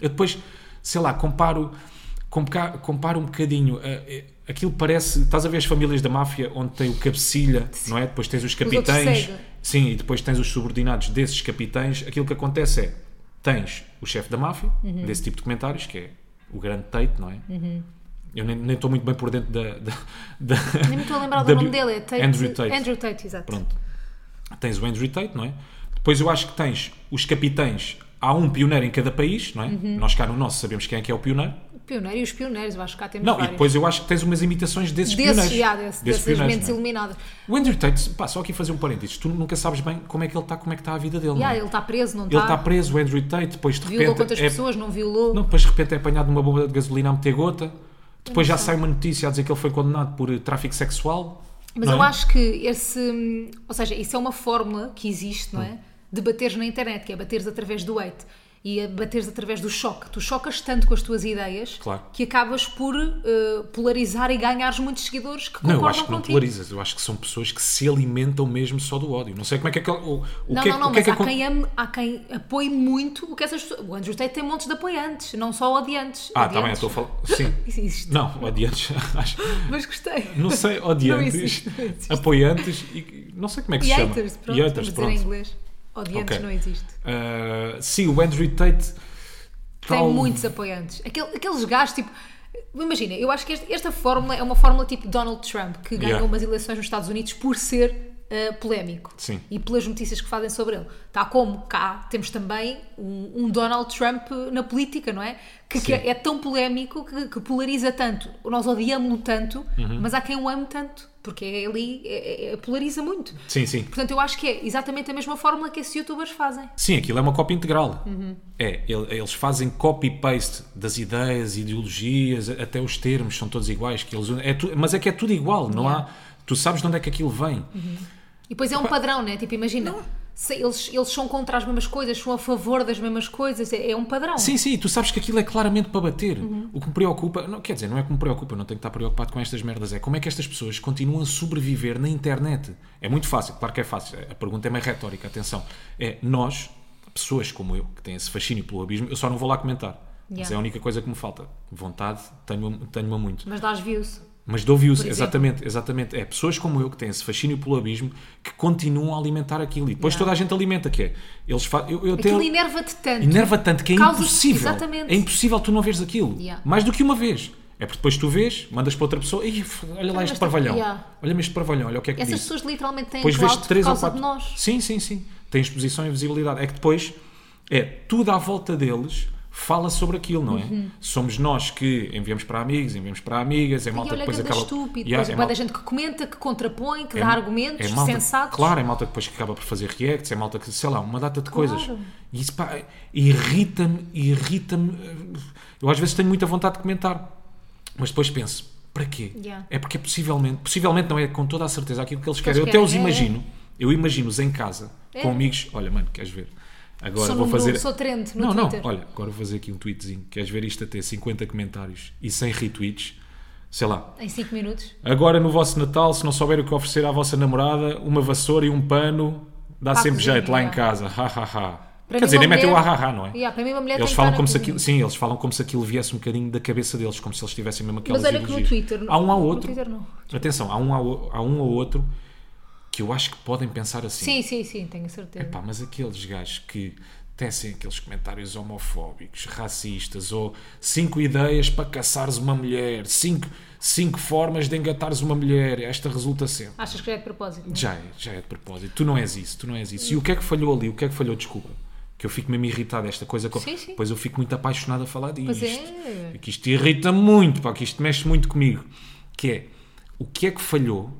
Speaker 1: Eu depois, sei lá, comparo, compa- comparo um bocadinho. eh, eh, aquilo parece. Estás a ver as famílias da máfia onde tem o cabecilha, não é? Depois tens os
Speaker 2: outros
Speaker 1: capitães.
Speaker 2: seguem.
Speaker 1: Sim, e depois tens os subordinados desses capitães. Aquilo que acontece é: tens o chefe da máfia,
Speaker 2: Uhum.
Speaker 1: desse tipo de comentários, que é o grande Tate, não é? Eu nem nem estou muito bem por dentro da. da, da-
Speaker 2: Nem me estou a lembrar
Speaker 1: da
Speaker 2: do nome
Speaker 1: bi-
Speaker 2: dele, é Tate.
Speaker 1: Andrew Tate.
Speaker 2: Andrew Tate, exato.
Speaker 1: Pronto. Tens o Andrew Tate, não é? Depois eu acho que tens os capitães. Há um pioneiro em cada país, não é?
Speaker 2: Uhum.
Speaker 1: Nós cá no nosso sabemos quem é que é o pioneiro.
Speaker 2: Pioneiro e os pioneiros, eu acho que cá temos
Speaker 1: Não,
Speaker 2: vários.
Speaker 1: e depois eu acho que tens umas imitações desses
Speaker 2: desses,
Speaker 1: pioneiros.
Speaker 2: já, desse,
Speaker 1: desses
Speaker 2: dessas
Speaker 1: pioneiros,
Speaker 2: mentes
Speaker 1: não é?
Speaker 2: iluminadas.
Speaker 1: O Andrew Tate, pá, só aqui fazer um parênteses. Tu nunca sabes bem como é que ele está, como é que está a vida dele,
Speaker 2: Já,
Speaker 1: não é?
Speaker 2: ele está preso, não
Speaker 1: Ele está
Speaker 2: está?
Speaker 1: preso, o Andrew Tate, depois de
Speaker 2: Violou
Speaker 1: repente
Speaker 2: quantas
Speaker 1: é
Speaker 2: pessoas, não violou?
Speaker 1: não, depois de repente é apanhado numa bomba de gasolina a meter gota. Depois já sai uma notícia a dizer que ele foi condenado por eh, tráfico sexual.
Speaker 2: Mas
Speaker 1: não
Speaker 2: eu
Speaker 1: é?
Speaker 2: acho que esse. hum, Ou seja, isso é uma fórmula que existe, não
Speaker 1: Hum.
Speaker 2: é? De bateres na internet, que é bateres através do hate e é bateres através do choque. Tu chocas tanto com as tuas ideias
Speaker 1: Claro.
Speaker 2: que acabas por eh, polarizar e ganhares muitos seguidores que concordam
Speaker 1: Não, eu acho que não
Speaker 2: contigo.
Speaker 1: polarizas. Eu acho que são pessoas que se alimentam mesmo só do ódio. Não sei como é que é que. O, o
Speaker 2: Não,
Speaker 1: que é,
Speaker 2: não, não,
Speaker 1: o que é
Speaker 2: mas
Speaker 1: que
Speaker 2: há,
Speaker 1: acon-
Speaker 2: quem ame, há quem apoie muito o que essas pessoas. O Andrew Tate tem montes de apoiantes, não só odiantes.
Speaker 1: Ah, está bem, eu
Speaker 2: Odiantes.
Speaker 1: estou a falar. Sim.
Speaker 2: Isso existe.
Speaker 1: Não, odiantes. acho-
Speaker 2: Mas gostei.
Speaker 1: Não sei, odiantes,
Speaker 2: existe, não existe.
Speaker 1: apoiantes e. Não sei como é que
Speaker 2: E
Speaker 1: se chama.
Speaker 2: haters, pronto,
Speaker 1: E
Speaker 2: vamos
Speaker 1: haters,
Speaker 2: dizer em
Speaker 1: pronto.
Speaker 2: inglês. Odiantes
Speaker 1: Ok.
Speaker 2: não existe.
Speaker 1: Ah, sim, o Andrew Tate.
Speaker 2: Tem
Speaker 1: tal-
Speaker 2: muitos apoiantes. Aquele- aqueles gajos, tipo. Imagina, eu acho que este- esta fórmula é uma fórmula tipo Donald Trump, que ganhou
Speaker 1: Yeah.
Speaker 2: umas eleições nos Estados Unidos por ser ah, polémico
Speaker 1: Sim.
Speaker 2: e pelas notícias que fazem sobre ele. Está como cá temos também um, um Donald Trump na política, não é? Que, que
Speaker 1: Sim.
Speaker 2: é tão polémico que, que polariza tanto. Nós odiamos-lo tanto,
Speaker 1: Uhum.
Speaker 2: mas há quem o ame tanto, porque é ali é- é- é- polariza muito.
Speaker 1: Sim, sim.
Speaker 2: Portanto, eu acho que é exatamente a mesma fórmula que esses youtubers fazem.
Speaker 1: Sim, aquilo é uma cópia integral. É, ele- eles fazem copy-paste das ideias, ideologias, a- até os termos são todos iguais. Que eles, unem. é tu- mas é que é tudo igual, não há. Tu sabes de onde é que aquilo vem.
Speaker 2: E depois é um padrão, né? Tipo, imagina, se eles, eles são contra as mesmas coisas, são a favor das mesmas coisas, é, é um padrão.
Speaker 1: Sim, sim, tu sabes que aquilo é claramente para bater. O que me preocupa, não, quer dizer, não é que me preocupa, não tenho que estar preocupado com estas merdas, é como é que estas pessoas continuam a sobreviver na internet. É muito fácil, claro que é fácil, a pergunta é mais retórica, atenção. É nós, pessoas como eu, que têm esse fascínio pelo abismo, eu só não vou lá comentar. Mas
Speaker 2: Yeah.
Speaker 1: é a única coisa que me falta. Vontade, tenho-a tenho muito.
Speaker 2: Mas dás views.
Speaker 1: Mas dou views,
Speaker 2: Por exemplo.
Speaker 1: exatamente, exatamente. É pessoas como eu que têm esse fascínio pelo abismo que continuam a alimentar aquilo. E depois
Speaker 2: Yeah.
Speaker 1: toda a gente alimenta, que é. Eles fa... eu, eu
Speaker 2: Aquilo
Speaker 1: tenho-
Speaker 2: enerva-te tanto.
Speaker 1: Enerva um- tanto que é
Speaker 2: Causa-
Speaker 1: impossível.
Speaker 2: Exatamente.
Speaker 1: É impossível tu não veres aquilo.
Speaker 2: Yeah.
Speaker 1: Mais do que uma vez. É porque depois tu vês, mandas para outra pessoa, e olha lá
Speaker 2: Olha
Speaker 1: este
Speaker 2: este-
Speaker 1: parvalhão.
Speaker 2: Yeah.
Speaker 1: Olha-me este parvalhão, olha o que é que
Speaker 2: Essas
Speaker 1: disse.
Speaker 2: pessoas literalmente têm
Speaker 1: Depois vês
Speaker 2: clout por
Speaker 1: três ou
Speaker 2: causa
Speaker 1: quatro.
Speaker 2: de nós.
Speaker 1: Sim, sim, sim. Tem exposição e visibilidade. É que depois é tudo à volta deles fala sobre aquilo, não é?
Speaker 2: Uhum.
Speaker 1: Somos nós que enviamos para amigos, enviamos para amigas, é
Speaker 2: E
Speaker 1: malta que
Speaker 2: olha
Speaker 1: depois
Speaker 2: que
Speaker 1: acaba.
Speaker 2: é estúpido,
Speaker 1: Yeah,
Speaker 2: depois
Speaker 1: é
Speaker 2: há
Speaker 1: malta-
Speaker 2: da gente que comenta, que contrapõe, que
Speaker 1: é
Speaker 2: dá
Speaker 1: ma-
Speaker 2: argumentos
Speaker 1: é malta-
Speaker 2: sensatos.
Speaker 1: Claro, é malta que depois que acaba por fazer reacts, é malta que, sei lá, uma data de coisas.
Speaker 2: Claro.
Speaker 1: E isso, pá, irrita-me, irrita-me. eh, Eu às vezes tenho muita vontade de comentar, mas depois penso, para quê?
Speaker 2: Yeah.
Speaker 1: É porque é possivelmente, possivelmente não é com toda a certeza aquilo que eles
Speaker 2: eles
Speaker 1: querem. Eu até os
Speaker 2: querem, é, é.
Speaker 1: imagino, eu imagino-os em casa,
Speaker 2: É.
Speaker 1: com amigos. Olha, mano, queres ver? Agora
Speaker 2: Sou
Speaker 1: vou
Speaker 2: número um,
Speaker 1: fazer.
Speaker 2: sou trend no
Speaker 1: não,
Speaker 2: Twitter.
Speaker 1: não, olha, agora vou fazer aqui um tweetzinho. Queres ver isto a ter 50 comentários e 100 retweets? Sei lá,
Speaker 2: Em 5 minutos.
Speaker 1: Agora no vosso Natal, se não souber o que oferecer à vossa namorada, uma vassoura e um pano dá
Speaker 2: Para a
Speaker 1: sempre
Speaker 2: cozinha,
Speaker 1: jeito lá em
Speaker 2: já.
Speaker 1: casa. Ha, ha, ha.
Speaker 2: Para
Speaker 1: Quer
Speaker 2: mim, um
Speaker 1: dizer,
Speaker 2: uma
Speaker 1: nem metem o
Speaker 2: mulher-
Speaker 1: ahahá, não é?
Speaker 2: Yeah, para mim, uma mulher
Speaker 1: Eles
Speaker 2: tem
Speaker 1: falam
Speaker 2: que
Speaker 1: como
Speaker 2: estar na
Speaker 1: se
Speaker 2: cozinha.
Speaker 1: aquilo, sim, eles falam como se aquilo viesse um bocadinho da cabeça deles, como se eles tivessem mesmo aquelas
Speaker 2: Mas olha que no
Speaker 1: ideologias.
Speaker 2: Twitter.
Speaker 1: há um ao
Speaker 2: no
Speaker 1: outro.
Speaker 2: Twitter não.
Speaker 1: Atenção, há um ao, há um ao outro que eu acho que podem pensar assim.
Speaker 2: Sim, sim, sim, tenho certeza.
Speaker 1: Epá, mas aqueles gajos que tecem aqueles comentários homofóbicos, racistas, ou cinco ideias para caçares uma mulher, cinco, cinco formas de engatares uma mulher, esta resulta sempre.
Speaker 2: Achas que já é de propósito? não é?
Speaker 1: Já é, já é de propósito. Tu não és isso, tu não és isso. E o que é que falhou ali? O que é que falhou? Desculpa. Que eu fico mesmo irritado esta coisa. que eu-
Speaker 2: Sim, sim.
Speaker 1: Pois eu fico muito apaixonado a falar disto.
Speaker 2: Pois é.
Speaker 1: Que isto irrita muito, pá, que isto mexe muito comigo. Que é, o que é que falhou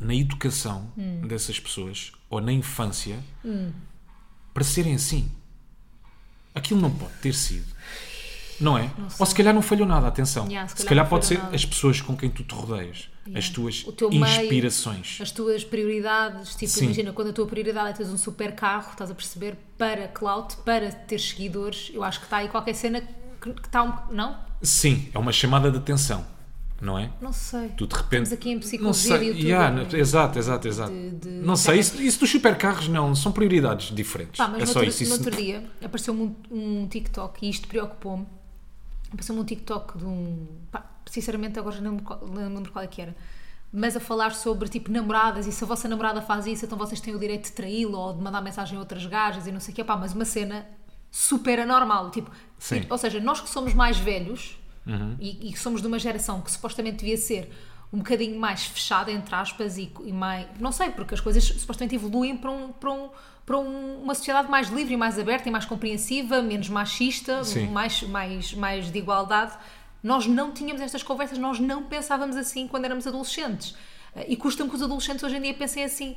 Speaker 1: na educação
Speaker 2: Hum.
Speaker 1: dessas pessoas, ou na infância, para serem assim? Aquilo não pode ter sido. Não é? ou se calhar não falhou nada, atenção.
Speaker 2: Yeah,
Speaker 1: se
Speaker 2: se
Speaker 1: calhar,
Speaker 2: calhar não
Speaker 1: pode ser
Speaker 2: falhou nada.
Speaker 1: as pessoas com quem tu te rodeias, as tuas
Speaker 2: O teu meio,
Speaker 1: inspirações.
Speaker 2: As tuas prioridades, tipo,
Speaker 1: Sim.
Speaker 2: imagina, quando a tua prioridade é teres um super carro, estás a perceber, para clout, para ter seguidores, eu acho que está aí qualquer cena que que está um. Não?
Speaker 1: Sim, é uma chamada de atenção, não é?
Speaker 2: Não sei.
Speaker 1: Tu de repente.
Speaker 2: Estamos aqui em psicologia
Speaker 1: não sei,
Speaker 2: e tudo,
Speaker 1: yeah,
Speaker 2: não é?
Speaker 1: não- exato, exato, exato.
Speaker 2: De- de-
Speaker 1: não sei, isso, isso dos supercarros não, são prioridades diferentes.
Speaker 2: Pá,
Speaker 1: é
Speaker 2: mas no,
Speaker 1: só
Speaker 2: outro,
Speaker 1: isso.
Speaker 2: no
Speaker 1: isso-
Speaker 2: outro dia apareceu-me um, um TikTok e isto preocupou-me. Apareceu-me um TikTok de um. Pá, sinceramente, agora já não me qual- não me lembro qual é que era. Mas a falar sobre tipo namoradas e se a vossa namorada faz isso, então vocês têm o direito de traí-la ou de mandar mensagem a outras gajas e não sei o quê. Pá, mas uma cena super anormal. Tipo,
Speaker 1: Sim.
Speaker 2: ou seja, nós que somos mais velhos e, e que somos de uma geração que supostamente devia ser um bocadinho mais fechada, entre aspas, e, e mais. Não sei, porque as coisas supostamente evoluem para, um, para, um, para um- uma sociedade mais livre, e mais aberta, e mais compreensiva, menos machista,
Speaker 1: Sim.
Speaker 2: um mais, mais, mais de igualdade. Nós não tínhamos estas conversas, nós não pensávamos assim quando éramos adolescentes. Eh, E custa-me que os adolescentes hoje em dia pensem assim.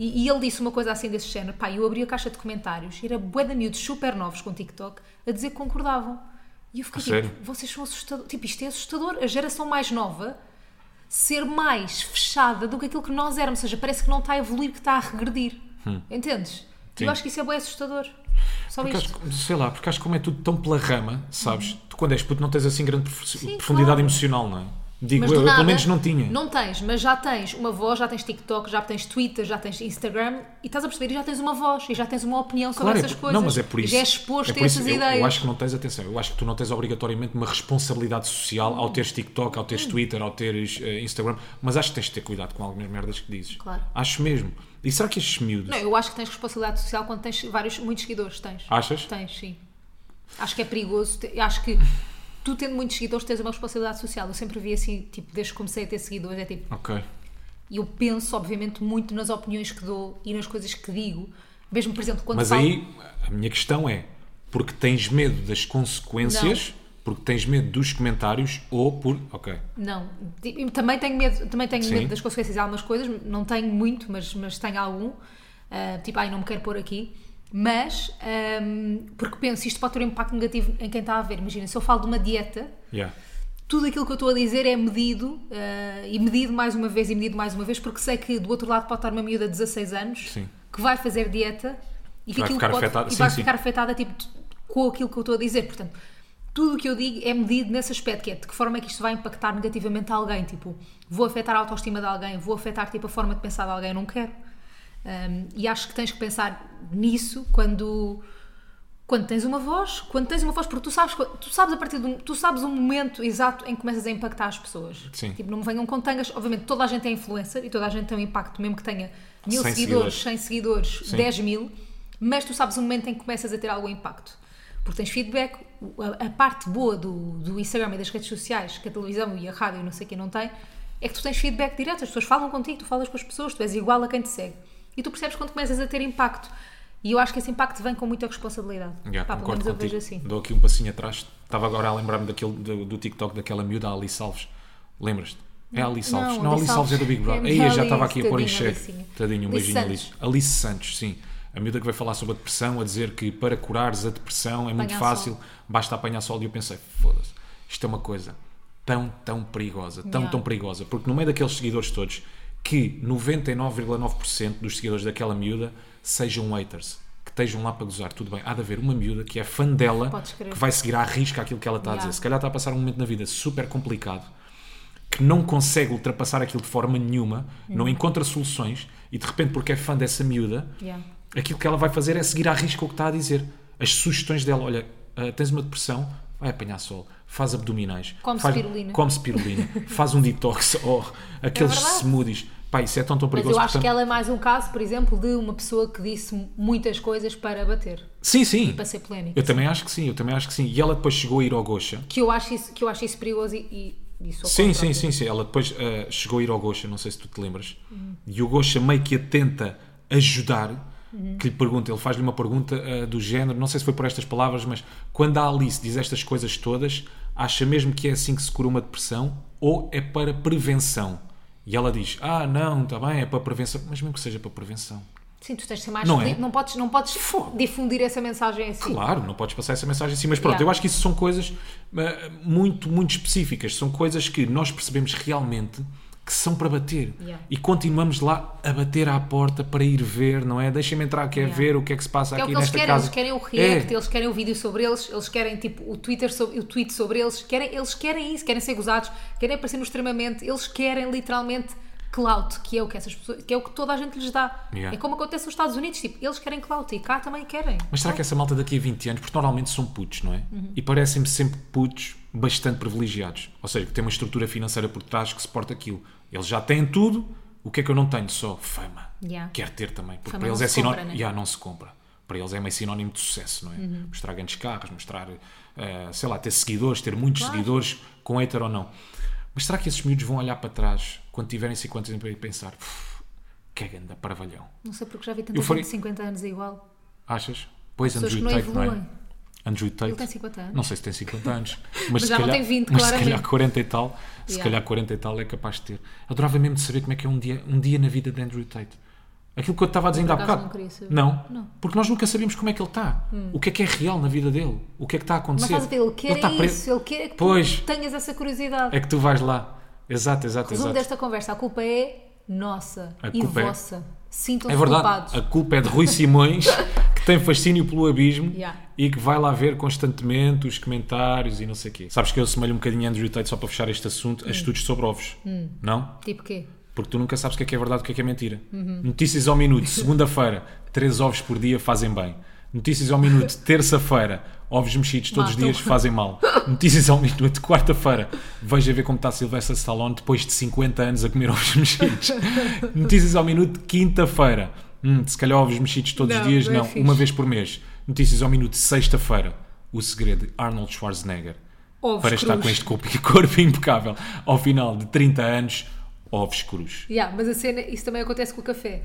Speaker 2: E, e ele disse uma coisa assim desse género. Pá, eu abri a caixa de comentários, e era bué de miúdos super novos com TikTok, a dizer que concordavam. E eu fiquei
Speaker 1: A
Speaker 2: tipo,
Speaker 1: sério?
Speaker 2: vocês são assustadores. Tipo, isto é assustador. A geração mais nova ser mais fechada do que aquilo que nós éramos. Ou seja, parece que não está a evoluir, que está a regredir. Entendes?
Speaker 1: Hum.
Speaker 2: E
Speaker 1: Sim.
Speaker 2: Eu acho que isso é bué assustador. Só
Speaker 1: Porque
Speaker 2: isto.
Speaker 1: acho- sei lá, porque acho que como é tudo tão pela rama, sabes? Tu quando és puto não tens assim grande prof-
Speaker 2: Uhum. Sim,
Speaker 1: profundidade
Speaker 2: claro.
Speaker 1: emocional, não é? Digo
Speaker 2: Mas
Speaker 1: eu,
Speaker 2: do
Speaker 1: eu
Speaker 2: nada,
Speaker 1: pelo menos não tinha.
Speaker 2: Não tens, mas já tens uma voz, já tens TikTok, já tens Twitter, já tens Instagram e estás a perceber e já tens uma voz e já tens uma opinião sobre
Speaker 1: Claro, é
Speaker 2: essas
Speaker 1: por-
Speaker 2: coisas.
Speaker 1: Não, mas é por
Speaker 2: E
Speaker 1: isso.
Speaker 2: Já és exposto
Speaker 1: é por
Speaker 2: a essas
Speaker 1: isso, eu-
Speaker 2: ideias.
Speaker 1: Eu, acho que não tens atenção. Eu acho que tu não tens obrigatoriamente uma responsabilidade social ao teres TikTok, ao
Speaker 2: Hum.
Speaker 1: teres Twitter, ao teres eh, Instagram. Mas acho que tens de ter cuidado com algumas merdas que dizes.
Speaker 2: Claro.
Speaker 1: Acho mesmo. E será que estes miúdos.
Speaker 2: Não, eu acho que tens responsabilidade social quando tens vários, muitos seguidores. Tens.
Speaker 1: Achas?
Speaker 2: Tens, sim. Acho que é perigoso. te- Acho que tu tendo muitos seguidores tens uma responsabilidade social. Eu sempre vi assim, tipo, desde que comecei a ter seguidores, é tipo,
Speaker 1: Ok.
Speaker 2: E eu penso, obviamente, muito nas opiniões que dou e nas coisas que digo. Mesmo, por exemplo, quando
Speaker 1: Mas
Speaker 2: falo...
Speaker 1: aí a minha questão é: porque tens medo das consequências, porque tens medo dos comentários ou por. Ok.
Speaker 2: Não, Tipo, também tenho medo, também tenho
Speaker 1: Sim.
Speaker 2: medo das consequências de algumas coisas, não tenho muito, mas, mas tenho algum. Ah, tipo, ai, não me quero pôr aqui. Mas, ahm, porque penso, isto pode ter um impacto negativo em quem está a ver. Imagina, se eu falo de uma dieta,
Speaker 1: Yeah.
Speaker 2: tudo aquilo que eu estou a dizer é medido eh, e medido mais uma vez e medido mais uma vez, porque sei que do outro lado pode estar uma miúda de 16 anos
Speaker 1: Sim.
Speaker 2: que vai fazer dieta e que
Speaker 1: Vai
Speaker 2: aquilo
Speaker 1: ficar
Speaker 2: pode,
Speaker 1: afetada,
Speaker 2: e
Speaker 1: sim,
Speaker 2: vai
Speaker 1: sim.
Speaker 2: ficar afetada tipo, t- com aquilo que eu estou a dizer. Portanto, tudo o que eu digo é medido nesse aspecto, que é de que forma é que isto vai impactar negativamente alguém. Tipo, vou afetar a autoestima de alguém, vou afetar tipo, a forma de pensar de alguém, não quero. Um, e acho que tens que pensar nisso quando quando tens uma voz, quando tens uma voz, porque tu sabes, tu sabes a partir do, tu sabes o momento exato em que começas a impactar as pessoas.
Speaker 1: Sim.
Speaker 2: Tipo, não me venham com tangas, obviamente toda a gente é influencer e toda a gente tem um impacto, mesmo que tenha mil
Speaker 1: 100
Speaker 2: seguidores,
Speaker 1: seguidores.
Speaker 2: 100 seguidores, 10 mil, mas tu sabes o momento em que começas a ter algum impacto. Porque tens feedback, o- a, a parte boa do, do Instagram e das redes sociais, que a televisão e a rádio e não sei quem não tem, é que tu tens feedback direto, as pessoas falam contigo, tu falas com as pessoas, tu és igual a quem te segue. E tu percebes quando começas a ter impacto. E eu acho que esse impacto vem com muita responsabilidade.
Speaker 1: Yeah,
Speaker 2: Pá, pelo
Speaker 1: concordo
Speaker 2: menos eu vejo
Speaker 1: contigo.
Speaker 2: assim.
Speaker 1: Dou aqui um passinho atrás. Estava agora a lembrar-me daquele, do, do TikTok daquela miúda Ali Salves. Lembras-te? É a Ali Salves. Não,
Speaker 2: não,
Speaker 1: a
Speaker 2: Ali
Speaker 1: Ali Salves é do
Speaker 2: Salves
Speaker 1: Big Brother.
Speaker 2: é
Speaker 1: Aí
Speaker 2: da
Speaker 1: eu já estava
Speaker 2: Alice,
Speaker 1: aqui a pôr em
Speaker 2: tadinha,
Speaker 1: xeque.
Speaker 2: Alicinha.
Speaker 1: Tadinho, um
Speaker 2: Alice
Speaker 1: beijinho Alice.
Speaker 2: Santos.
Speaker 1: Alice Santos, sim. A miúda que vai falar sobre a depressão, a dizer que para curares a depressão é muito
Speaker 2: Apanhar
Speaker 1: fácil, basta apanhar sol. E eu pensei, foda-se, isto é uma coisa tão, tão perigosa, tão,
Speaker 2: Yeah.
Speaker 1: tão perigosa. Porque no meio daqueles seguidores todos, que 99,9% dos seguidores daquela miúda sejam haters, que estejam lá para gozar, tudo bem. Há de haver uma miúda que é fã dela,
Speaker 2: Podes crer.
Speaker 1: que vai seguir à risca aquilo que ela está a
Speaker 2: Yeah.
Speaker 1: dizer. Se calhar está a passar um momento na vida super complicado, que não consegue ultrapassar aquilo de forma nenhuma,
Speaker 2: Uhum.
Speaker 1: não encontra soluções e de repente, porque é fã dessa miúda,
Speaker 2: Yeah.
Speaker 1: aquilo que ela vai fazer é seguir à risca o que está a dizer. As sugestões dela, olha, ah, tens uma depressão, vai apanhar sol, faz abdominais,
Speaker 2: Come
Speaker 1: faz,
Speaker 2: spirulina.
Speaker 1: come spirulina, faz um detox, ou aqueles
Speaker 2: É verdade.
Speaker 1: smoothies. Pá, isso é tão, tão
Speaker 2: Mas
Speaker 1: perigoso.
Speaker 2: eu acho
Speaker 1: portanto-
Speaker 2: que ela é mais um caso, por exemplo, de uma pessoa que disse muitas coisas para bater,
Speaker 1: Sim, sim.
Speaker 2: para ser polémica.
Speaker 1: Eu também acho que sim, eu também acho que sim. E ela depois chegou a ir ao Gocha.
Speaker 2: Que eu acho isso, que eu acho isso perigoso e, e, e sou
Speaker 1: Sim,
Speaker 2: contra.
Speaker 1: sim, sim, sim. Ela depois ah, chegou a ir ao Gocha, não sei se tu te lembras. E o Gocha meio que a tenta ajudar, que lhe pergunta, ele faz-lhe uma pergunta ah, do género, não sei se foi por estas palavras, mas quando a Alice diz estas coisas todas, acha mesmo que é assim que se cura uma depressão ou é para prevenção? E ela diz, ah, não, está bem, é para prevenção. Mas mesmo que seja para prevenção.
Speaker 2: Sim, tu tens de ser mais
Speaker 1: Não
Speaker 2: não
Speaker 1: é?
Speaker 2: Não podes, não podes difundir essa mensagem assim.
Speaker 1: Claro, não podes passar essa mensagem assim, mas pronto,
Speaker 2: Yeah.
Speaker 1: eu acho que isso são coisas ah, muito, muito específicas, são coisas que nós percebemos realmente que são para bater
Speaker 2: Yeah.
Speaker 1: e continuamos lá a bater à porta para ir ver, não é? Deixem-me entrar, quer
Speaker 2: Yeah.
Speaker 1: ver o que é que se passa
Speaker 2: Que é o
Speaker 1: aqui
Speaker 2: que eles
Speaker 1: nesta
Speaker 2: querem,
Speaker 1: casa.
Speaker 2: eles querem
Speaker 1: É.
Speaker 2: o react, eles querem o vídeo sobre eles, eles querem tipo o Twitter sobre, o tweet sobre eles, querem, eles querem isso, querem ser gozados, querem aparecer no extremamente, eles querem literalmente clout, que é o que essas pessoas, que é o que toda a gente lhes dá.
Speaker 1: Yeah.
Speaker 2: É como acontece nos Estados Unidos, tipo, eles querem clout e cá também querem.
Speaker 1: Mas será que essa malta daqui a 20 anos, porque normalmente são putos, não é?
Speaker 2: Uhum.
Speaker 1: E parecem-me sempre putos bastante privilegiados. Ou seja, que têm uma estrutura financeira por trás que suporta aquilo. Eles já têm tudo, o que é que eu não tenho? Só fama.
Speaker 2: Yeah.
Speaker 1: Quero ter também. Porque
Speaker 2: Fama
Speaker 1: para
Speaker 2: não
Speaker 1: eles é
Speaker 2: se compra,
Speaker 1: sinónimo.
Speaker 2: né? Uhum.
Speaker 1: Yeah, não se compra. Para eles é meio sinónimo de sucesso, não é? Mostrar grandes carros, mostrar, eh, sei lá, ter seguidores, ter muitos seguidores, com hater ou não. Mas será que esses miúdos vão olhar para trás quando tiverem 50 anos e pensar, "Uf, que é ganda parvalhão?
Speaker 2: Não sei porque já vi tanta
Speaker 1: Eu
Speaker 2: gente
Speaker 1: faria-
Speaker 2: de 50 anos é igual.
Speaker 1: Achas? Pois
Speaker 2: Pessoas
Speaker 1: Andrew
Speaker 2: que não
Speaker 1: Tate, não é?
Speaker 2: evoluem.
Speaker 1: Andrew Tate.
Speaker 2: tem 50 anos.
Speaker 1: Não sei se tem 50 anos. Mas, se
Speaker 2: já não
Speaker 1: calhar,
Speaker 2: tem 20,
Speaker 1: mas se
Speaker 2: claramente.
Speaker 1: calhar 40 e tal. Se
Speaker 2: Yeah.
Speaker 1: calhar 40 e tal é capaz de ter. Adorava mesmo de saber como é que é um dia, um dia na vida de Andrew Tate. Aquilo que eu estava a dizer ainda há
Speaker 2: por acaso
Speaker 1: bocado.
Speaker 2: não queria saber.
Speaker 1: Não, porque nós nunca sabemos como é que ele está. O que é que é real na vida dele? O que é que está a
Speaker 2: Mas
Speaker 1: acontecer?
Speaker 2: estás a ver, ele quer
Speaker 1: está
Speaker 2: é
Speaker 1: tá preso.
Speaker 2: isso, ele quer é que
Speaker 1: Pois.
Speaker 2: tu tenhas essa curiosidade.
Speaker 1: É que tu vais lá. Exato, exato,
Speaker 2: Resumo
Speaker 1: exato.
Speaker 2: desta conversa, a culpa é nossa
Speaker 1: A
Speaker 2: e
Speaker 1: culpa é-
Speaker 2: vossa. Sintam-se
Speaker 1: É verdade,
Speaker 2: culpados.
Speaker 1: a culpa é de Rui Simões, que tem fascínio pelo abismo
Speaker 2: Yeah.
Speaker 1: e que vai lá ver constantemente os comentários e não sei o quê. Sabes que eu assemelho um bocadinho a Andrew Tate, só para fechar este assunto,
Speaker 2: Hum.
Speaker 1: a estudos sobre ovos, não?
Speaker 2: Tipo quê?
Speaker 1: Porque tu nunca sabes o que é que é verdade e o que é que é mentira. Notícias ao minuto, segunda-feira, três ovos por dia fazem bem. Notícias ao minuto, terça-feira, ovos mexidos todos os
Speaker 2: Matam.
Speaker 1: dias fazem mal. Notícias ao minuto, quarta-feira, veja ver como está Silvestre Stallone depois de 50 anos a comer ovos mexidos. Notícias ao minuto, quinta-feira, Hum, se calhar ovos mexidos todos os
Speaker 2: Não,
Speaker 1: dias,
Speaker 2: não é
Speaker 1: não,
Speaker 2: fixe.
Speaker 1: uma vez por mês. Notícias ao minuto, sexta-feira, o segredo de Arnold Schwarzenegger
Speaker 2: Ovos
Speaker 1: para estar
Speaker 2: crus.
Speaker 1: com este corpo, corpo impecável ao final de 30 anos, ovos cruz.
Speaker 2: Yeah, mas a cena, isso também acontece com o café.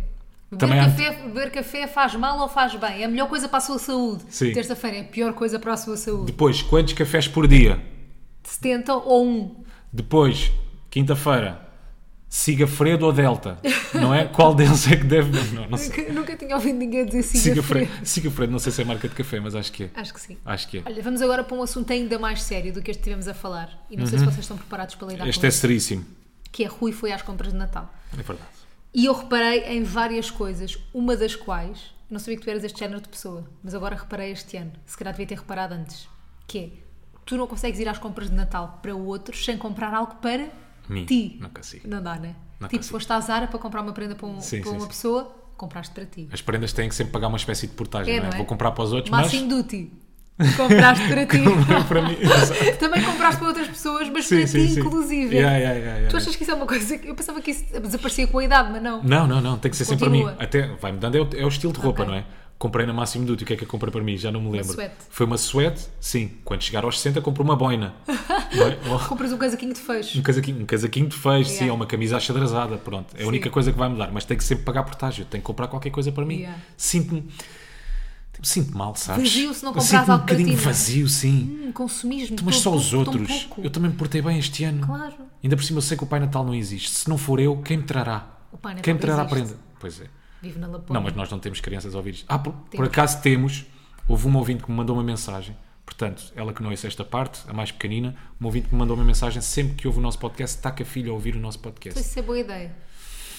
Speaker 2: Beber,
Speaker 1: Também há-
Speaker 2: café, beber café faz mal ou faz bem? É a melhor coisa para a sua saúde.
Speaker 1: Sim.
Speaker 2: Terça-feira é a pior coisa para a sua saúde.
Speaker 1: Depois, quantos cafés por dia?
Speaker 2: 70 ou 1.
Speaker 1: Depois, quinta-feira, siga Fredo ou Delta? Não é? Qual deles é que deve. Não, não sei.
Speaker 2: Eu nunca tinha ouvido ninguém dizer siga
Speaker 1: Siga
Speaker 2: frio.
Speaker 1: Fredo. Siga Fredo, não sei se é marca de café, mas acho que é.
Speaker 2: Acho que sim.
Speaker 1: Acho que é.
Speaker 2: Olha, vamos agora para um assunto ainda mais sério do que este que tivemos a falar. E não sei se vocês estão preparados para lidar
Speaker 1: Uhum. Este
Speaker 2: com
Speaker 1: é
Speaker 2: isso.
Speaker 1: seríssimo.
Speaker 2: Que é Rui foi às compras de Natal.
Speaker 1: É verdade.
Speaker 2: E eu reparei em várias coisas, uma das quais, eu não sabia que tu eras este género de pessoa, mas agora reparei este ano, se calhar devia ter reparado antes, que é, tu não consegues ir às compras de Natal para o outro sem comprar algo para
Speaker 1: Mim,
Speaker 2: ti.
Speaker 1: não consigo.
Speaker 2: Não dá, né?
Speaker 1: Não
Speaker 2: tipo,
Speaker 1: consigo.
Speaker 2: foste à Zara para comprar uma prenda para, um-
Speaker 1: Sim,
Speaker 2: para
Speaker 1: sim,
Speaker 2: uma
Speaker 1: sim.
Speaker 2: pessoa, compraste para ti.
Speaker 1: As prendas têm que sempre pagar uma espécie de portagem,
Speaker 2: É,
Speaker 1: não é?
Speaker 2: não é?
Speaker 1: Vou comprar para os outros,
Speaker 2: Máximo duty. Compraste para ti.
Speaker 1: mas. é para mim. Exato.
Speaker 2: Também compraste para outras pessoas, mas
Speaker 1: Sim,
Speaker 2: para
Speaker 1: sim,
Speaker 2: ti,
Speaker 1: sim.
Speaker 2: inclusive.
Speaker 1: Yeah, yeah, yeah, yeah,
Speaker 2: Tu achas que isso é uma coisa que. Eu pensava que isso desaparecia com a idade, mas não.
Speaker 1: Não, não, não, tem que ser sempre
Speaker 2: Continua.
Speaker 1: para mim. Até vai mudando, é o, é o estilo de roupa,
Speaker 2: Ok.
Speaker 1: não é? Comprei na Máximo Duty, o que é que eu comprei para mim? Já não me lembro.
Speaker 2: suéte.
Speaker 1: Foi uma suéte, sim. Quando chegar aos 60, compro uma boina. não é? Ou
Speaker 2: Compras um casaquinho de fecho.
Speaker 1: um, casaquinho, um casaquinho de fecho, sim,
Speaker 2: Yeah.
Speaker 1: ou uma camisa achadrazada, pronto. É a única coisa que vai mudar, mas tem que sempre pagar portagem. Tenho que comprar qualquer coisa para mim.
Speaker 2: Yeah.
Speaker 1: Sinto-me. Tipo, sinto mal, sabes?
Speaker 2: Vazio se não
Speaker 1: Eu
Speaker 2: compras
Speaker 1: sinto um
Speaker 2: algo para
Speaker 1: bocadinho
Speaker 2: ti, não é?
Speaker 1: vazio, sim.
Speaker 2: Hum, consumismo.
Speaker 1: Mas só
Speaker 2: tão
Speaker 1: os
Speaker 2: pouco, tão
Speaker 1: outros.
Speaker 2: pouco.
Speaker 1: Eu também me portei bem este ano.
Speaker 2: Claro.
Speaker 1: Ainda por cima eu sei que o Pai Natal não existe. Se não for eu, quem me trará?
Speaker 2: O Pai Natal
Speaker 1: quem me trará a
Speaker 2: existe.
Speaker 1: prenda? Pois é.
Speaker 2: Vivo na Lapónia.
Speaker 1: Não, mas nós não temos crianças a ouvir isto. Ah, por, por
Speaker 2: Temos.
Speaker 1: acaso temos. Houve uma ouvinte que me mandou uma mensagem. Portanto, ela que não ouça esta parte, a mais pequenina, uma ouvinte que me mandou uma mensagem sempre que ouve o nosso podcast, está com a filha a ouvir o nosso
Speaker 2: Não sei
Speaker 1: podcast.
Speaker 2: se isso é boa ideia.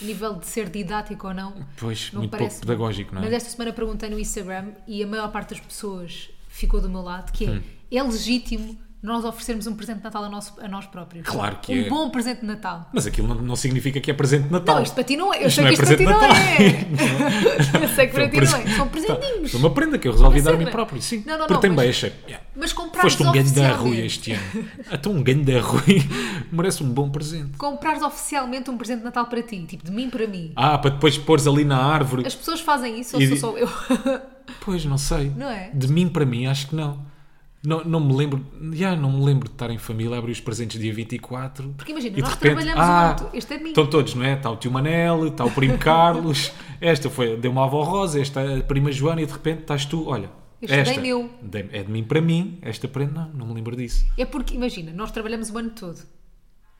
Speaker 2: A nível de ser didático ou não.
Speaker 1: Pois,
Speaker 2: não
Speaker 1: muito
Speaker 2: parece-
Speaker 1: pouco pedagógico, não é?
Speaker 2: Mas esta semana perguntei no Instagram e a maior parte das pessoas ficou do meu lado, que é,
Speaker 1: Hum.
Speaker 2: é legítimo nós oferecermos um presente de Natal a, nosso- a nós próprios.
Speaker 1: Claro que
Speaker 2: um
Speaker 1: é.
Speaker 2: bom presente de Natal.
Speaker 1: Mas aquilo não, não significa que é presente de Natal.
Speaker 2: Não, isto para ti não é. Eu
Speaker 1: Isto
Speaker 2: sei
Speaker 1: não
Speaker 2: que
Speaker 1: é
Speaker 2: isto para ti
Speaker 1: presente de
Speaker 2: não
Speaker 1: Natal. um
Speaker 2: é. Eu sei que para ti não é. São presentinhos.
Speaker 1: Foi uma prenda que eu resolvi
Speaker 2: É
Speaker 1: dar a mim
Speaker 2: sério.
Speaker 1: próprio, sim.
Speaker 2: Não, não,
Speaker 1: porque
Speaker 2: não,
Speaker 1: tem
Speaker 2: mas-
Speaker 1: beixa. Yeah.
Speaker 2: Mas comprares
Speaker 1: Foste um grande arrui
Speaker 2: oficialmente.
Speaker 1: este ano. Até um grande arrui merece um bom presente.
Speaker 2: Comprares oficialmente um presente de Natal para ti, tipo de mim para mim.
Speaker 1: Ah, para depois pôres ali na árvore.
Speaker 2: As pessoas fazem isso
Speaker 1: E
Speaker 2: ou sou
Speaker 1: di-
Speaker 2: só eu?
Speaker 1: Pois, não sei.
Speaker 2: Não é?
Speaker 1: De mim para mim, acho que não. Não, não me lembro. Já não me lembro de estar em família, abrir os presentes dia 24.
Speaker 2: Porque imagina,
Speaker 1: e de
Speaker 2: nós
Speaker 1: repente,
Speaker 2: trabalhamos
Speaker 1: ah,
Speaker 2: muito. Este é de mim.
Speaker 1: Estão todos, não é? Está o tio Manel, está o primo Carlos, esta foi, deu uma avó Rosa, esta é a prima Joana e de repente estás tu, olha.
Speaker 2: Este
Speaker 1: esta,
Speaker 2: dei-me eu.
Speaker 1: dei- É de mim para mim, esta prenda, não, não me lembro disso.
Speaker 2: É porque, imagina, nós trabalhamos o ano todo.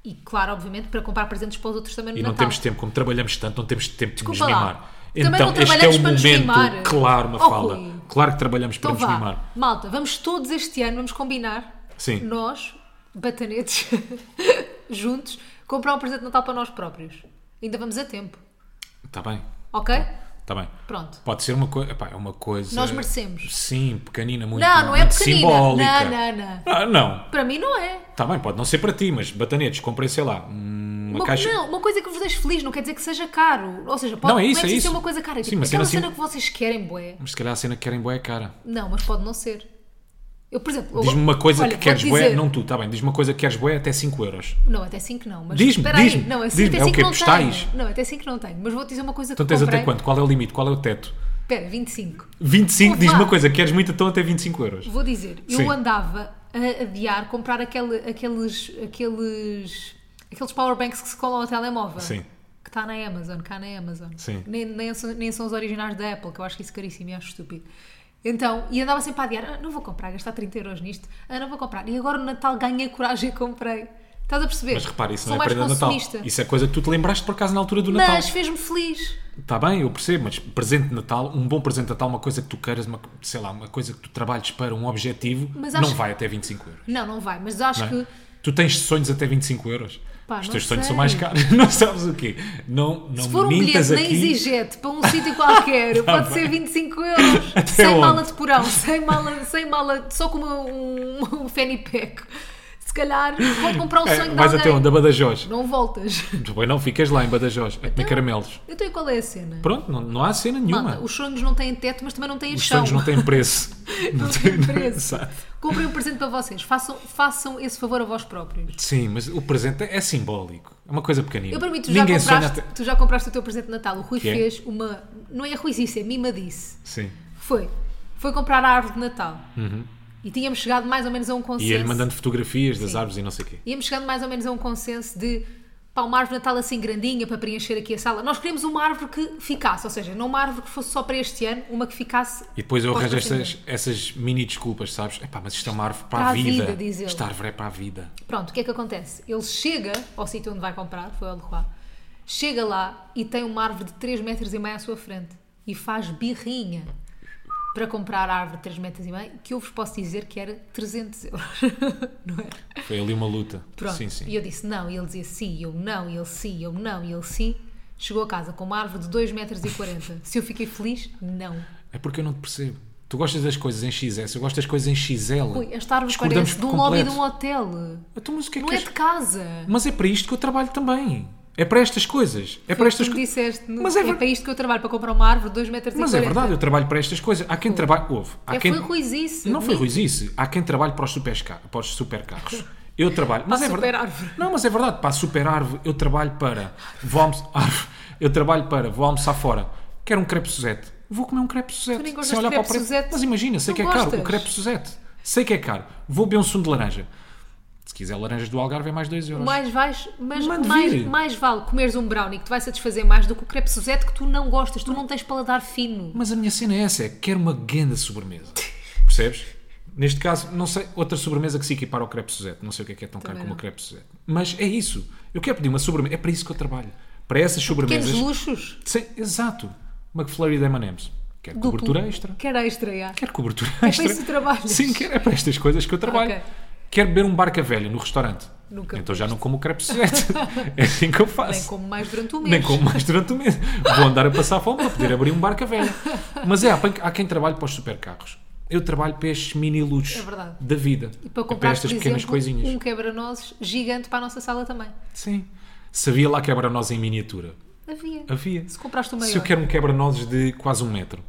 Speaker 2: E claro, obviamente, para comprar presentes para os outros também no
Speaker 1: E não
Speaker 2: Natal.
Speaker 1: temos tempo, como trabalhamos tanto, não temos tempo de
Speaker 2: Desculpa
Speaker 1: nos
Speaker 2: lá.
Speaker 1: mimar.
Speaker 2: Também não
Speaker 1: este é
Speaker 2: trabalhamos
Speaker 1: o
Speaker 2: para nos
Speaker 1: momento,
Speaker 2: mimar.
Speaker 1: claro, uma
Speaker 2: Oh,
Speaker 1: fala.
Speaker 2: Rui.
Speaker 1: Claro que trabalhamos para
Speaker 2: Então
Speaker 1: nos
Speaker 2: vá,
Speaker 1: mimar.
Speaker 2: malta, vamos todos este ano, vamos combinar.
Speaker 1: Sim.
Speaker 2: Nós, batanetes, juntos, comprar um presente de Natal para nós próprios. Ainda vamos a tempo,
Speaker 1: Está tá bem,
Speaker 2: ok?
Speaker 1: está bem.
Speaker 2: Pronto.
Speaker 1: Pode ser uma coisa. É uma coisa.
Speaker 2: Nós merecemos.
Speaker 1: Sim, pequenina, muito.
Speaker 2: Não, não é
Speaker 1: muito
Speaker 2: pequenina.
Speaker 1: Simbólica.
Speaker 2: Não, não, não.
Speaker 1: Ah, não.
Speaker 2: Para mim não é.
Speaker 1: Está bem, pode não ser para ti, mas batanetes, comprei, sei lá, hum, uma,
Speaker 2: Uma,
Speaker 1: caixa.
Speaker 2: Não, uma coisa que vos deixe feliz não quer dizer que seja caro. Ou seja, pode,
Speaker 1: Não, é isso,
Speaker 2: não
Speaker 1: é
Speaker 2: preciso
Speaker 1: isso.
Speaker 2: ser uma coisa cara.
Speaker 1: Sim,
Speaker 2: Tipo,
Speaker 1: mas
Speaker 2: aquela
Speaker 1: cena
Speaker 2: cena
Speaker 1: assim-
Speaker 2: que vocês querem, bué.
Speaker 1: Mas se calhar a cena que querem boé é cara.
Speaker 2: Não, mas pode não ser. Eu, por exemplo... eu-
Speaker 1: Diz-me uma coisa
Speaker 2: olha,
Speaker 1: que queres
Speaker 2: vou-te
Speaker 1: boé,
Speaker 2: dizer-
Speaker 1: não tu, está bem, diz-me uma coisa que queres boé até 5 euros.
Speaker 2: Não, até 5 não. Mas
Speaker 1: Diz-me,
Speaker 2: espera aí.
Speaker 1: diz-me,
Speaker 2: não, assim,
Speaker 1: diz-me,
Speaker 2: até
Speaker 1: é o
Speaker 2: 5
Speaker 1: quê?
Speaker 2: não
Speaker 1: Postais?
Speaker 2: tenho. Não, até 5 não tenho. Mas vou-te dizer uma coisa
Speaker 1: Então
Speaker 2: que
Speaker 1: tens
Speaker 2: comprei.
Speaker 1: até quanto? Qual é o limite? Qual é o teto?
Speaker 2: Espera, 25.
Speaker 1: 25,
Speaker 2: Vou
Speaker 1: diz-me
Speaker 2: lá.
Speaker 1: uma coisa, queres muito então até 25 euros.
Speaker 2: Vou dizer,
Speaker 1: Sim.
Speaker 2: eu andava a adiar comprar aquele, aqueles, aqueles, aqueles powerbanks que se colam ao telemóvel.
Speaker 1: Sim.
Speaker 2: Que está na Amazon, cá na Amazon.
Speaker 1: Sim.
Speaker 2: Nem, nem, são, nem são os originais da Apple, que eu acho isso caríssimo e acho estúpido. Então, e andava sempre a adiar, ah, não vou comprar, gastar 30 euros nisto, ah, não vou comprar. E agora no Natal ganhei coragem e comprei. Estás a perceber?
Speaker 1: Mas repara, isso não
Speaker 2: Sou
Speaker 1: é
Speaker 2: mais
Speaker 1: prenda de Natal.
Speaker 2: consumista.
Speaker 1: Isso é coisa que tu te lembraste por acaso na altura do Natal.
Speaker 2: Mas fez-me feliz.
Speaker 1: Está bem, eu percebo, mas presente de Natal, um bom presente de Natal, uma coisa que tu queiras, uma, sei lá, uma coisa que tu trabalhes para um objetivo,
Speaker 2: Mas
Speaker 1: não
Speaker 2: acho-
Speaker 1: vai até 25 euros.
Speaker 2: Não, não vai, mas acho
Speaker 1: não é?
Speaker 2: que
Speaker 1: Tu tens sonhos até 25 euros?
Speaker 2: Pá,
Speaker 1: Os
Speaker 2: não
Speaker 1: teus sonhos
Speaker 2: sei.
Speaker 1: são mais caros, não sabes o quê? Não, não
Speaker 2: Se for um
Speaker 1: me mintas
Speaker 2: bilhete na
Speaker 1: aqui.
Speaker 2: EasyJet para um sítio qualquer,
Speaker 1: Tá
Speaker 2: pode
Speaker 1: bem.
Speaker 2: ser 25 euros.
Speaker 1: Até
Speaker 2: sem
Speaker 1: onde?
Speaker 2: mala de porão, sem mala, sem mala só com uma- um, um fanny pack. Se calhar vou comprar o
Speaker 1: É,
Speaker 2: sonho de
Speaker 1: vais
Speaker 2: alguém.
Speaker 1: até onde? A Badajoz.
Speaker 2: Não voltas.
Speaker 1: Tu bem, não ficas lá em Badajoz, a comer
Speaker 2: Então-
Speaker 1: caramelos.
Speaker 2: Então e qual é a cena?
Speaker 1: Pronto, não, não há cena
Speaker 2: Malta,
Speaker 1: nenhuma.
Speaker 2: os sonhos não têm teto, mas também não têm
Speaker 1: Os
Speaker 2: chão.
Speaker 1: sonhos não têm preço.
Speaker 2: Não têm preço.
Speaker 1: Exato.
Speaker 2: Comprem um presente para vocês. Façam, façam esse favor a vós próprios.
Speaker 1: Sim, mas o presente é simbólico. É uma coisa pequenina.
Speaker 2: Eu para mim, tu já,
Speaker 1: Ninguém sonha
Speaker 2: compraste,
Speaker 1: até...
Speaker 2: tu já compraste o teu presente de Natal. O Rui
Speaker 1: Que é?
Speaker 2: fez uma. Não é ruizice, é mimadice.
Speaker 1: Sim.
Speaker 2: Foi. Foi comprar a árvore de Natal. E tínhamos chegado mais ou menos a um
Speaker 1: Uhum. E
Speaker 2: consenso.
Speaker 1: ele mandando fotografias das árvores e não sei o quê.
Speaker 2: Íamos chegando mais ou menos a um consenso de pá, uma árvore de Natal assim grandinha para preencher aqui a sala. Nós queremos uma árvore que ficasse, ou seja, não uma árvore que fosse só para este ano, uma que ficasse.
Speaker 1: E depois eu
Speaker 2: para os
Speaker 1: arranjo
Speaker 2: próximos
Speaker 1: essas, essas mini desculpas, sabes? Epá, mas isto é uma árvore para,
Speaker 2: Para
Speaker 1: a
Speaker 2: a vida,
Speaker 1: vida.
Speaker 2: diz ele.
Speaker 1: Esta árvore é para a vida.
Speaker 2: Pronto, o que é que acontece? Ele chega ao sítio onde vai comprar, foi ao Leroy, chega lá e tem uma árvore de 3 metros e meio à sua frente e faz birrinha para comprar a árvore de 3 metros e meio, que eu vos posso dizer que era 300 euros, não é?
Speaker 1: Foi ali uma luta.
Speaker 2: Pronto.
Speaker 1: Sim, sim.
Speaker 2: E eu disse não, e ele dizia sim, e eu não, e ele sim, e eu não, e ele sim. Chegou a casa com uma árvore de 2,40 metros. Se eu fiquei feliz, não.
Speaker 1: É porque eu não te percebo. Tu gostas das coisas em XS, eu gosto das coisas em XL.
Speaker 2: Ui, esta árvore
Speaker 1: Discordamos
Speaker 2: parece de
Speaker 1: por
Speaker 2: um lobby de
Speaker 1: completo.
Speaker 2: um hotel.
Speaker 1: Então, mas o que é
Speaker 2: Não
Speaker 1: que
Speaker 2: é
Speaker 1: és-
Speaker 2: de casa.
Speaker 1: Mas é para isto que eu trabalho também. É para estas coisas. É para
Speaker 2: Foi o que
Speaker 1: estas
Speaker 2: tu me
Speaker 1: coisas.
Speaker 2: disseste, no-
Speaker 1: Mas é
Speaker 2: é,
Speaker 1: ver-
Speaker 2: para isto que eu trabalho, para comprar uma árvore de 2,40 metros.
Speaker 1: Mas é verdade, eu trabalho para estas coisas. Há quem trabalhe. Houve. Há
Speaker 2: É,
Speaker 1: quem...
Speaker 2: Foi ruizice.
Speaker 1: Não foi
Speaker 2: Ui,
Speaker 1: ruizice. Há quem trabalhe para os, superca- para os supercarros. Eu trabalho. Mas
Speaker 2: Para
Speaker 1: é
Speaker 2: a
Speaker 1: verdade.
Speaker 2: superárvore.
Speaker 1: Não, mas é verdade. Para a super árvore, eu trabalho para. Vou almoçar. árvore. Eu trabalho para. Vou almoçar fora. Quero um crepe Suzette. Vou comer um crepe Suzette.
Speaker 2: nem gostas
Speaker 1: sem olhar
Speaker 2: de
Speaker 1: para o
Speaker 2: crepe
Speaker 1: preço.
Speaker 2: Suzette?
Speaker 1: Mas imagina, sei
Speaker 2: Não
Speaker 1: que é caro.
Speaker 2: gostas?
Speaker 1: O crepe Suzette. Sei que é caro. Vou beber um sumo de laranja. Se quiser laranjas do Algarve é mais 2 euros.
Speaker 2: Mais, vais, mas
Speaker 1: Mande
Speaker 2: mais,
Speaker 1: vir.
Speaker 2: mais vale comeres um brownie que te vai satisfazer mais do que o crepe Suzette que tu não gostas, tu não tens paladar fino.
Speaker 1: Mas a minha cena é essa, é que quero uma grande sobremesa. Percebes? Neste caso, não sei, outra sobremesa que se equipara ao crepe Suzette. Não sei o que é que é tão caro
Speaker 2: Também
Speaker 1: como o
Speaker 2: não.
Speaker 1: crepe Suzette. Mas é isso. Eu quero pedir uma sobremesa. É para isso que eu trabalho. Para essas
Speaker 2: Pequenos
Speaker 1: sobremesas.
Speaker 2: luxos.
Speaker 1: Sim, exato. McFlurry de M&M's. Quero
Speaker 2: Duplo.
Speaker 1: cobertura extra.
Speaker 2: Quero extra, já.
Speaker 1: Quero cobertura
Speaker 2: para
Speaker 1: extra.
Speaker 2: isso que trabalhas.
Speaker 1: Sim, quero, é para estas coisas que eu trabalho.
Speaker 2: Ok.
Speaker 1: Quero beber um barca velha no restaurante.
Speaker 2: Nunca
Speaker 1: então já não como crepe Suzette. é assim que eu faço.
Speaker 2: Nem como mais durante um mês.
Speaker 1: Nem como mais durante o mês. Vou andar a passar fome para poder abrir um barca velha. Mas é, há, pan- há quem trabalhe para os supercarros. Eu trabalho para estes mini luxos
Speaker 2: É verdade.
Speaker 1: da vida.
Speaker 2: E para
Speaker 1: É
Speaker 2: comprar,
Speaker 1: para estas
Speaker 2: por
Speaker 1: pequenas
Speaker 2: exemplo,
Speaker 1: coisinhas.
Speaker 2: um quebra-nozes gigante para a nossa sala também.
Speaker 1: Sim. Sabia lá quebra-nozes em miniatura.
Speaker 2: Havia.
Speaker 1: Havia.
Speaker 2: Se compraste o maior.
Speaker 1: Se eu quero um quebra-nozes de quase um metro.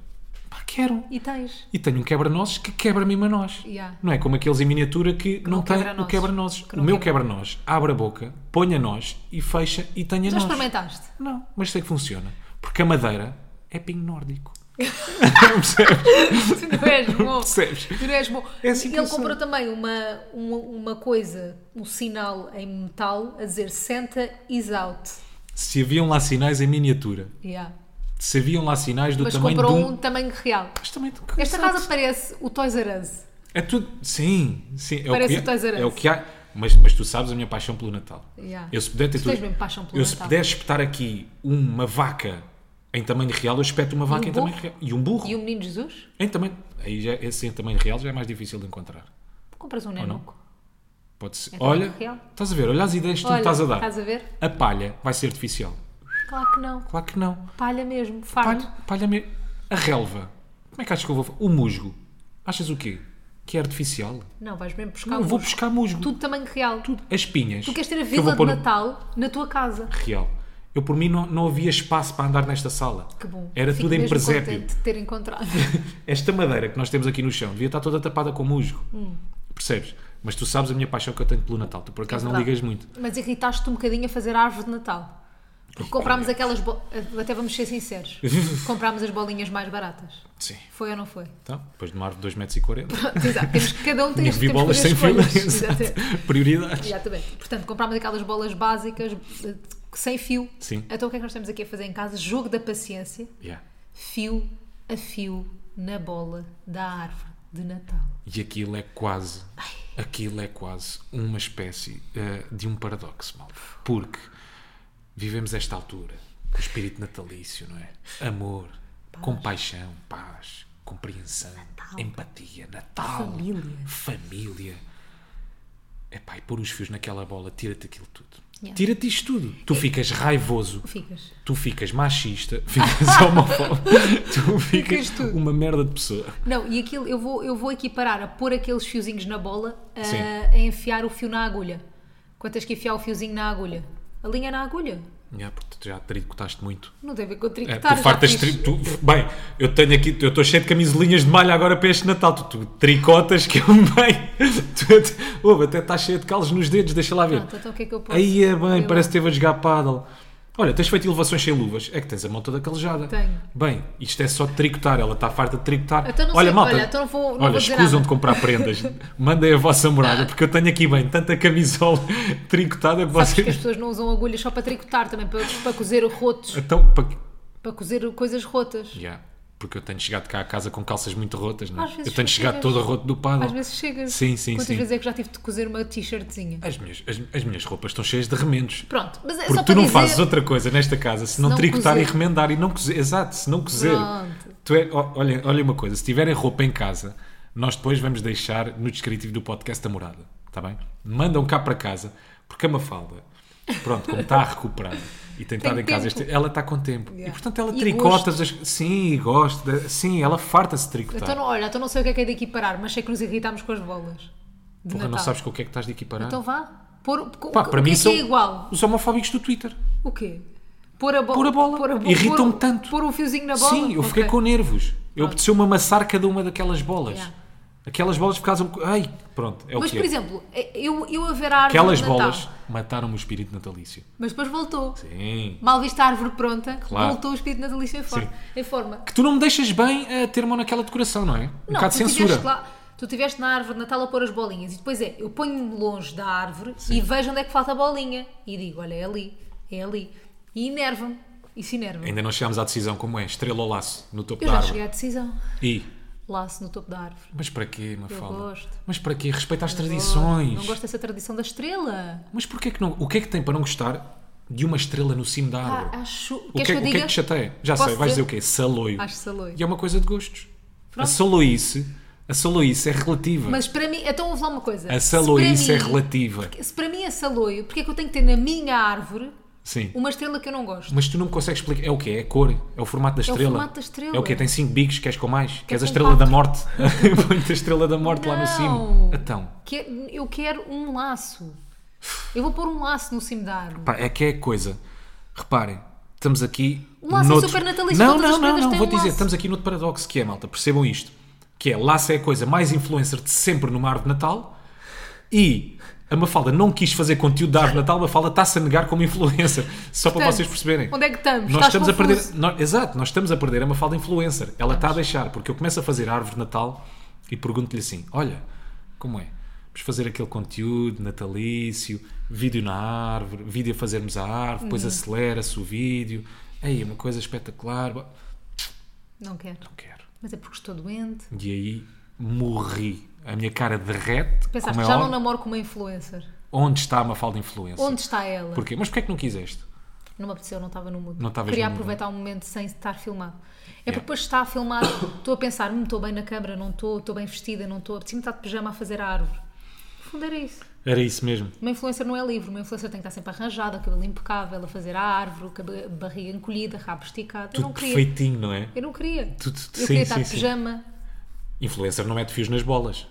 Speaker 1: Pá, quero.
Speaker 2: E tens.
Speaker 1: E tenho um quebra-nozes que quebra-me a nós.
Speaker 2: Yeah.
Speaker 1: Não é como aqueles em miniatura que, não,
Speaker 2: não
Speaker 1: tem
Speaker 2: quebra
Speaker 1: o quebra-nozes.
Speaker 2: nozes. Que
Speaker 1: O
Speaker 2: não
Speaker 1: meu
Speaker 2: quebra.
Speaker 1: quebra-nozes abre a boca, põe a nós e fecha e tem a
Speaker 2: Já
Speaker 1: nós.
Speaker 2: experimentaste?
Speaker 1: Não, mas sei que funciona. Porque a madeira é pinho nórdico. Percebes?
Speaker 2: Tu não és bom.
Speaker 1: Percebes?
Speaker 2: Tu não és bom.
Speaker 1: É assim que eu
Speaker 2: Ele
Speaker 1: sei.
Speaker 2: comprou também uma, uma, uma coisa, um sinal em metal a dizer Santa is out.
Speaker 1: Se haviam lá sinais em miniatura,
Speaker 2: Yeah.
Speaker 1: se haviam lá sinais do
Speaker 2: Mas
Speaker 1: tamanho
Speaker 2: comprou
Speaker 1: de
Speaker 2: um tamanho real.
Speaker 1: Mas também do-
Speaker 2: Esta
Speaker 1: Exato.
Speaker 2: casa parece o Toys R Us.
Speaker 1: É tudo. Sim, sim. É
Speaker 2: Parece
Speaker 1: o
Speaker 2: o
Speaker 1: que,
Speaker 2: Toys R
Speaker 1: há-
Speaker 2: Us.
Speaker 1: é o que há. Mas, mas tu sabes a minha paixão pelo Natal.
Speaker 2: Yeah.
Speaker 1: Eu se puder ter
Speaker 2: Tu
Speaker 1: tudo-
Speaker 2: tens mesmo paixão pelo
Speaker 1: Eu se
Speaker 2: Natal.
Speaker 1: puder espetar aqui uma vaca em tamanho real, eu espeto uma vaca
Speaker 2: um
Speaker 1: em tamanho
Speaker 2: burro.
Speaker 1: real. E um burro.
Speaker 2: E o Menino Jesus?
Speaker 1: Em tamanho. Aí já, esse em tamanho real já é mais difícil de encontrar.
Speaker 2: Compras um nenuco.
Speaker 1: Pode ser.
Speaker 2: tamanho
Speaker 1: Olha,
Speaker 2: real.
Speaker 1: estás a ver? Olha as ideias que tu me
Speaker 2: Olha,
Speaker 1: estás a dar.
Speaker 2: Estás a ver?
Speaker 1: A palha vai ser artificial.
Speaker 2: Claro que não.
Speaker 1: Claro que não.
Speaker 2: Palha mesmo, fardo.
Speaker 1: Palha, palha mesmo. A relva. Como é que achas que eu vou. fa- O musgo. Achas o quê? Que é artificial?
Speaker 2: Não, vais mesmo buscar
Speaker 1: Não, eu vou
Speaker 2: Ah, musgo.
Speaker 1: buscar um. musgo.
Speaker 2: Tudo tamanho real.
Speaker 1: As espinhas.
Speaker 2: Tu queres ter a
Speaker 1: que eu vou
Speaker 2: vila de
Speaker 1: pôr um- no-
Speaker 2: Natal na tua casa.
Speaker 1: Real. Eu por mim não, não havia espaço para andar nesta sala.
Speaker 2: Que bom.
Speaker 1: Era
Speaker 2: Fico
Speaker 1: tudo em
Speaker 2: mesmo
Speaker 1: presépio.
Speaker 2: contente de ter encontrado.
Speaker 1: Esta madeira que nós temos aqui no chão devia estar toda tapada com musgo.
Speaker 2: Hum.
Speaker 1: Percebes? Mas tu sabes a minha paixão que eu tenho pelo Natal. Tu por acaso não
Speaker 2: É verdade.
Speaker 1: ligas muito.
Speaker 2: Mas irritaste-te um bocadinho a fazer a árvore de Natal. Porque comprámos aquelas. bo- Até vamos ser sinceros. comprámos as bolinhas mais baratas.
Speaker 1: Sim.
Speaker 2: Foi ou não foi?
Speaker 1: Então, depois de uma árvore de 2,40m.
Speaker 2: Exato. Temos que cada um tem
Speaker 1: Minha
Speaker 2: temos que fazer
Speaker 1: vibolas sem fila.
Speaker 2: escolhas.
Speaker 1: Exato.
Speaker 2: Exatamente.
Speaker 1: Prioridades.
Speaker 2: Exatamente. Portanto, comprámos aquelas bolas básicas eh, sem fio.
Speaker 1: Sim.
Speaker 2: Então o que é que nós estamos aqui a fazer em casa? Jogo da paciência,
Speaker 1: Yeah.
Speaker 2: fio a fio na bola da árvore de Natal.
Speaker 1: E aquilo é quase, aquilo é quase uma espécie eh, de um paradoxo, malta. Porque vivemos esta altura, com o espírito natalício, não é? Amor, compaixão, paz, compreensão, empatia, Natal,
Speaker 2: Família.
Speaker 1: família. Epá, e pôr os fios naquela bola, tira-te aquilo tudo.
Speaker 2: Yeah.
Speaker 1: Tira-te isto tudo. Tu ficas raivoso,
Speaker 2: Ficas.
Speaker 1: tu ficas machista, ficas homofóbico, tu ficas,
Speaker 2: Ficas tudo.
Speaker 1: uma merda de pessoa.
Speaker 2: Não, e aquilo, eu vou, eu vou equiparar a pôr aqueles fiozinhos na bola eh,
Speaker 1: Sim.
Speaker 2: a, a enfiar o fio na agulha. Quando tens que enfiar o fiozinho na agulha? A linha na agulha?
Speaker 1: Yeah, porque tu já tricotaste muito.
Speaker 2: Não tem a ver com
Speaker 1: É,
Speaker 2: tricotar.
Speaker 1: tu
Speaker 2: já
Speaker 1: fartas
Speaker 2: fiz.
Speaker 1: tri- tu- Bem, eu tenho aqui, eu estou cheio de camisolinhas de malha agora para este Natal. Tu, tu tricotas que eu bem. Tu, tu, ouve, até estás cheio de calos nos dedos, deixa lá ver.
Speaker 2: Pronto, então o que é que eu posso?
Speaker 1: Aí é bem,
Speaker 2: Eu-
Speaker 1: parece que esteve a jogar paddle. Olha, tens feito elevações sem luvas, é que tens a mão toda calejada.
Speaker 2: Tenho.
Speaker 1: Bem, isto é só de tricotar, ela está farta de tricotar.
Speaker 2: Então não
Speaker 1: olha,
Speaker 2: sei-
Speaker 1: malta,
Speaker 2: olha, então não vou- não
Speaker 1: olha,
Speaker 2: vou dizer
Speaker 1: escusam
Speaker 2: nada.
Speaker 1: de comprar prendas. Mandem a vossa morada, porque eu tenho aqui bem tanta camisola tricotada que
Speaker 2: Sabes que as
Speaker 1: vocês.
Speaker 2: pessoas não usam agulhas só para tricotar também, para, para cozer rotos,
Speaker 1: Então, para...
Speaker 2: para cozer coisas rotas.
Speaker 1: Yeah, Porque eu tenho chegado cá a casa com calças muito rotas, não é?
Speaker 2: Às vezes
Speaker 1: Eu tenho chegado
Speaker 2: chegas-
Speaker 1: todo roto do pano.
Speaker 2: Às vezes chegas.
Speaker 1: Sim, sim,
Speaker 2: Quantas
Speaker 1: sim.
Speaker 2: vezes é que já tive de cozer uma t-shirtzinha?
Speaker 1: As minhas, as, as minhas roupas estão cheias de remendos.
Speaker 2: Pronto, mas é
Speaker 1: Porque
Speaker 2: só
Speaker 1: tu
Speaker 2: para
Speaker 1: não
Speaker 2: dizer...
Speaker 1: fazes outra coisa nesta casa se não,
Speaker 2: não
Speaker 1: tricotar
Speaker 2: cozer.
Speaker 1: e remendar e não cozer. Exato, se não cozer.
Speaker 2: Pronto.
Speaker 1: Tu é, ó- olha, olha uma coisa, se tiverem roupa em casa, nós depois vamos deixar no descritivo do podcast a morada, está bem? Mandam cá para casa, porque a Mafalda, pronto, como está a recuperar e tem estado em casa,
Speaker 2: tempo.
Speaker 1: este- ela está com tempo. E
Speaker 2: Yeah.
Speaker 1: portanto ela
Speaker 2: E
Speaker 1: tricota, as- sim, e gosta, de- sim, ela farta-se de tricotar.
Speaker 2: Então, não- olha, então não sei o que é que é de equiparar, mas sei que nos irritámos com as bolas. De
Speaker 1: Porra, não
Speaker 2: Natal.
Speaker 1: sabes com o que é que estás de equiparar?
Speaker 2: Então vá. Pôr, co-
Speaker 1: Pá,
Speaker 2: o
Speaker 1: para
Speaker 2: que
Speaker 1: mim
Speaker 2: é que
Speaker 1: são
Speaker 2: é igual?
Speaker 1: os homofóbicos do Twitter.
Speaker 2: O quê? Pôr a, bo-
Speaker 1: Pôr a bola.
Speaker 2: bo-
Speaker 1: Irritam-me
Speaker 2: pôr-
Speaker 1: tanto.
Speaker 2: Pôr um fiozinho na bola?
Speaker 1: Sim, eu fiquei
Speaker 2: Ok. Ah.
Speaker 1: com nervos. Eu apeteceu uma amassar cada uma daquelas bolas.
Speaker 2: Yeah.
Speaker 1: Aquelas bolas por causa. Ai, pronto, é o
Speaker 2: Mas,
Speaker 1: que
Speaker 2: por
Speaker 1: é.
Speaker 2: exemplo, eu, eu a ver a árvore
Speaker 1: Aquelas
Speaker 2: de Natal,
Speaker 1: bolas mataram o espírito natalício.
Speaker 2: mas depois voltou.
Speaker 1: Sim.
Speaker 2: Mal vista a árvore pronta,
Speaker 1: Claro.
Speaker 2: voltou o espírito natalício em forma.
Speaker 1: Sim.
Speaker 2: Em forma.
Speaker 1: Que tu não me deixas bem a eh, ter mão naquela decoração, não é? Um
Speaker 2: Não,
Speaker 1: bocado de
Speaker 2: tu
Speaker 1: censura.
Speaker 2: tiveste lá- tu estiveste na árvore de Natal a pôr as bolinhas e depois é, eu ponho-me longe da árvore e vejo onde é que falta a bolinha e digo, olha, é ali, é ali. E enerva-me, isso enerva-me.
Speaker 1: Ainda não chegámos à decisão como é, estrela ou laço no topo
Speaker 2: Eu
Speaker 1: da
Speaker 2: já
Speaker 1: árvore.
Speaker 2: cheguei à decisão.
Speaker 1: E,
Speaker 2: Laço no topo da árvore.
Speaker 1: mas para quê, Mafalda?
Speaker 2: gosto.
Speaker 1: Mas para quê? Respeita as
Speaker 2: Oh,
Speaker 1: tradições.
Speaker 2: Não gosto dessa tradição da estrela.
Speaker 1: Mas porquê que não? O que é que tem para não gostar de uma estrela no cimo da
Speaker 2: Ah,
Speaker 1: árvore?
Speaker 2: acho.
Speaker 1: o, que é,
Speaker 2: Queres que eu
Speaker 1: o que é
Speaker 2: diga?
Speaker 1: que te chateia? Já
Speaker 2: Posso
Speaker 1: sei, vais dizer
Speaker 2: dizer?
Speaker 1: o quê? Saloio.
Speaker 2: Acho saloio.
Speaker 1: E é uma coisa de gostos. A
Speaker 2: Pronto.
Speaker 1: saloice, a saloice é relativa.
Speaker 2: Mas para mim, então ouve lá uma coisa.
Speaker 1: a
Speaker 2: Se para
Speaker 1: saloice é
Speaker 2: mim-
Speaker 1: relativa.
Speaker 2: Se para mim é saloio, porque é que eu tenho que ter na minha árvore
Speaker 1: Sim.
Speaker 2: uma estrela que eu não gosto?
Speaker 1: Mas tu não me consegues explicar. É o quê? É a cor? É o formato da estrela?
Speaker 2: formato da estrela. É
Speaker 1: É o quê? Tem cinco bicos? Queres com mais? Queres a
Speaker 2: com
Speaker 1: estrela
Speaker 2: quatro.
Speaker 1: da morte? Põe-te a estrela da morte lá no cimo.
Speaker 2: Não.
Speaker 1: Então.
Speaker 2: Que- eu quero um laço. Eu vou pôr um laço no cimo da árvore.
Speaker 1: Pá, é que é coisa. Reparem, estamos aqui.
Speaker 2: O laço é
Speaker 1: noutro-
Speaker 2: super natalista,
Speaker 1: Não,
Speaker 2: todas as
Speaker 1: não, não,
Speaker 2: prendas
Speaker 1: não.
Speaker 2: têm
Speaker 1: Vou
Speaker 2: um
Speaker 1: dizer,
Speaker 2: laço.
Speaker 1: estamos aqui no paradoxo que é, malta. Percebam isto: que é laço é a coisa mais influencer de sempre numa árvore de Natal e a Mafalda não quis fazer conteúdo da árvore de Natal, a Mafalda está-se a negar como influencer. Só para
Speaker 2: Portanto,
Speaker 1: vocês perceberem.
Speaker 2: Onde é que estamos?
Speaker 1: Nós
Speaker 2: Estás
Speaker 1: estamos a perder.
Speaker 2: confuso?
Speaker 1: nós- exato, nós estamos a perder a Mafalda influencer. Ela está a deixar, porque eu começo a fazer a árvore de Natal e pergunto-lhe assim: olha, como é? Vamos fazer aquele conteúdo natalício, vídeo na árvore, vídeo a fazermos a árvore,
Speaker 2: Uhum.
Speaker 1: depois acelera-se o vídeo. Aí, uma coisa espetacular. Bo-
Speaker 2: Não quero.
Speaker 1: Não quero.
Speaker 2: Mas é porque estou doente.
Speaker 1: E aí morri. A minha cara derrete.
Speaker 2: Pensaste,
Speaker 1: como é
Speaker 2: já não
Speaker 1: óbvio.
Speaker 2: namoro com uma influencer.
Speaker 1: Onde está a Mafalda influencer?
Speaker 2: Onde está ela?
Speaker 1: Porquê? Mas porquê é que não quiseste?
Speaker 2: Não me apeteceu, não estava no mood.
Speaker 1: Não estavas
Speaker 2: Queria
Speaker 1: no mood,
Speaker 2: aproveitar o momento sem estar filmado. É
Speaker 1: Yeah.
Speaker 2: porque depois está filmado, estou a pensar, "Hum, estou bem na câmara, não estou, estou bem vestida, não estou, preciso estar de pijama a fazer a árvore. No fundo era isso.
Speaker 1: Era isso mesmo.
Speaker 2: Uma influencer não é livre, uma influencer tem que estar sempre arranjada, cabelo impecável, a fazer a árvore, cabe- barriga encolhida, rabo esticado. eu não
Speaker 1: Tudo
Speaker 2: queria.
Speaker 1: perfeitinho, não é?
Speaker 2: Eu não queria.
Speaker 1: Tudo-
Speaker 2: eu
Speaker 1: sim,
Speaker 2: queria estar
Speaker 1: sim,
Speaker 2: de
Speaker 1: sim.
Speaker 2: pijama.
Speaker 1: Influencer não mete fios nas bolas.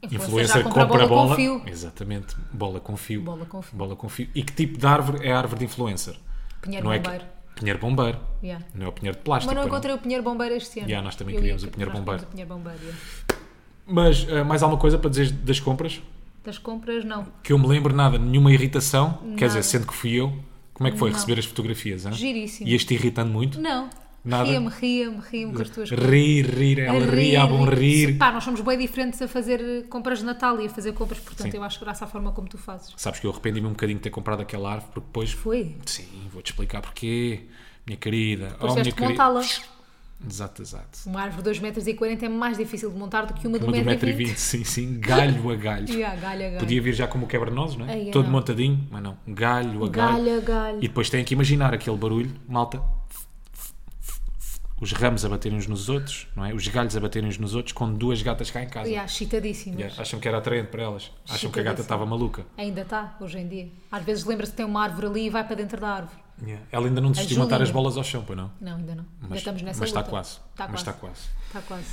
Speaker 2: já
Speaker 1: Influencer
Speaker 2: compra a bola, com fio.
Speaker 1: é Exatamente, bola com fio.
Speaker 2: Bola com fio.
Speaker 1: Bola com fio. E que tipo de árvore é a árvore de influencer?
Speaker 2: Pinheiro
Speaker 1: não
Speaker 2: Bombeiro.
Speaker 1: É que... Pinheiro bombeiro.
Speaker 2: Yeah.
Speaker 1: Não é o pinheiro de plástico.
Speaker 2: Mas não
Speaker 1: pois não.
Speaker 2: encontrei o Pinheiro Bombeiro este ano.
Speaker 1: Yeah, nós também
Speaker 2: Eu
Speaker 1: queríamos
Speaker 2: ia-
Speaker 1: o Pinheiro
Speaker 2: nós queríamos
Speaker 1: Bombeiro.
Speaker 2: o Pinheiro Bombeiro, yeah.
Speaker 1: Mas ah, mais alguma coisa para dizer das compras?
Speaker 2: Das compras, não.
Speaker 1: Que eu me lembro nada, nenhuma irritação. Quer
Speaker 2: Nada.
Speaker 1: dizer, sendo que fui eu. Como é que foi
Speaker 2: Não.
Speaker 1: receber as fotografias? hã?
Speaker 2: Giríssimo.
Speaker 1: Ias-te irritando muito?
Speaker 2: Não.
Speaker 1: Nada?
Speaker 2: Ria-me, ria-me, ria-me com as tuas coisas.
Speaker 1: Rir, rir, ela ria, a bom rir.
Speaker 2: Pá, nós somos bem diferentes a fazer eh, compras de Natal e a fazer compras, portanto,
Speaker 1: Sim.
Speaker 2: eu acho graça à forma como tu fazes.
Speaker 1: Sabes que eu arrependi-me um bocadinho de ter comprado aquela árvore, porque depois.
Speaker 2: Foi.
Speaker 1: Sim, vou-te explicar porquê. Minha querida.
Speaker 2: Depois
Speaker 1: oh, minha
Speaker 2: tiveste de
Speaker 1: querida.
Speaker 2: montá-la.
Speaker 1: Exato, exato.
Speaker 2: Uma árvore de 2,40m é mais difícil de montar do que uma de
Speaker 1: Uma do
Speaker 2: 1,20m.
Speaker 1: 1,20m, sim, sim, galho a galho.
Speaker 2: E a galha, galha.
Speaker 1: Podia vir já como quebra-nozes, não é?
Speaker 2: Ai, eu
Speaker 1: Todo
Speaker 2: não.
Speaker 1: montadinho, mas não. Galho a galho.
Speaker 2: Galho a galho.
Speaker 1: E depois tem que imaginar aquele barulho, malta. Os ramos a baterem uns nos outros, não é? Os galhos a baterem uns nos outros, com duas gatas cá em casa.
Speaker 2: Yeah, chitadíssimas.
Speaker 1: Yeah, Acham que era atraente para elas. Acham que a gata
Speaker 2: Chocadíssimo.
Speaker 1: estava maluca.
Speaker 2: Ainda está, hoje em dia. Às vezes lembra-se que tem uma árvore ali e vai para dentro da árvore.
Speaker 1: Yeah. Ela ainda não desistiu de matar
Speaker 2: Julinha.
Speaker 1: as bolas ao chão, pois não?
Speaker 2: Não, ainda não. ainda
Speaker 1: Mas,
Speaker 2: estamos nessa
Speaker 1: mas
Speaker 2: luta.
Speaker 1: está quase. mas
Speaker 2: Está quase.
Speaker 1: está quase.
Speaker 2: Está quase.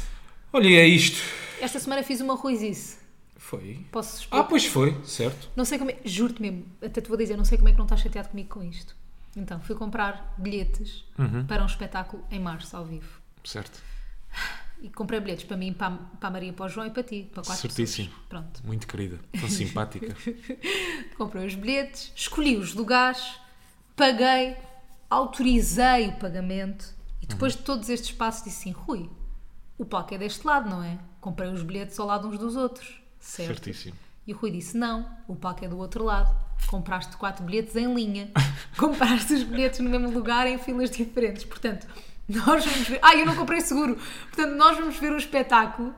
Speaker 1: Olha, e é isto.
Speaker 2: Esta semana fiz uma ruizice.
Speaker 1: Foi.
Speaker 2: Posso explicar?
Speaker 1: Ah, pois foi, certo.
Speaker 2: Não sei como é, juro-te mesmo, até te vou dizer, não sei como é que não estás chateado comigo com isto. Então, fui comprar bilhetes
Speaker 1: Uhum.
Speaker 2: para um espetáculo em março, ao vivo.
Speaker 1: Certo.
Speaker 2: E comprei bilhetes para mim, para, a- para a Maria, para o João e para ti, para quatro
Speaker 1: Certíssimo.
Speaker 2: pessoas. Pronto.
Speaker 1: Muito querida. Tão simpática.
Speaker 2: Comprei os bilhetes, escolhi os lugares, paguei, autorizei o pagamento e depois
Speaker 1: Uhum.
Speaker 2: de todos estes passos disse assim: Rui, o palco é deste lado, não é? Comprei os bilhetes ao lado uns dos outros, certo?
Speaker 1: Certíssimo.
Speaker 2: E o Rui disse: Não, o palco é do outro lado. Compraste quatro bilhetes em linha. Compraste os bilhetes no mesmo lugar em filas diferentes. Portanto, nós vamos ver. Ah, eu não comprei seguro. Portanto, nós vamos ver um espetáculo.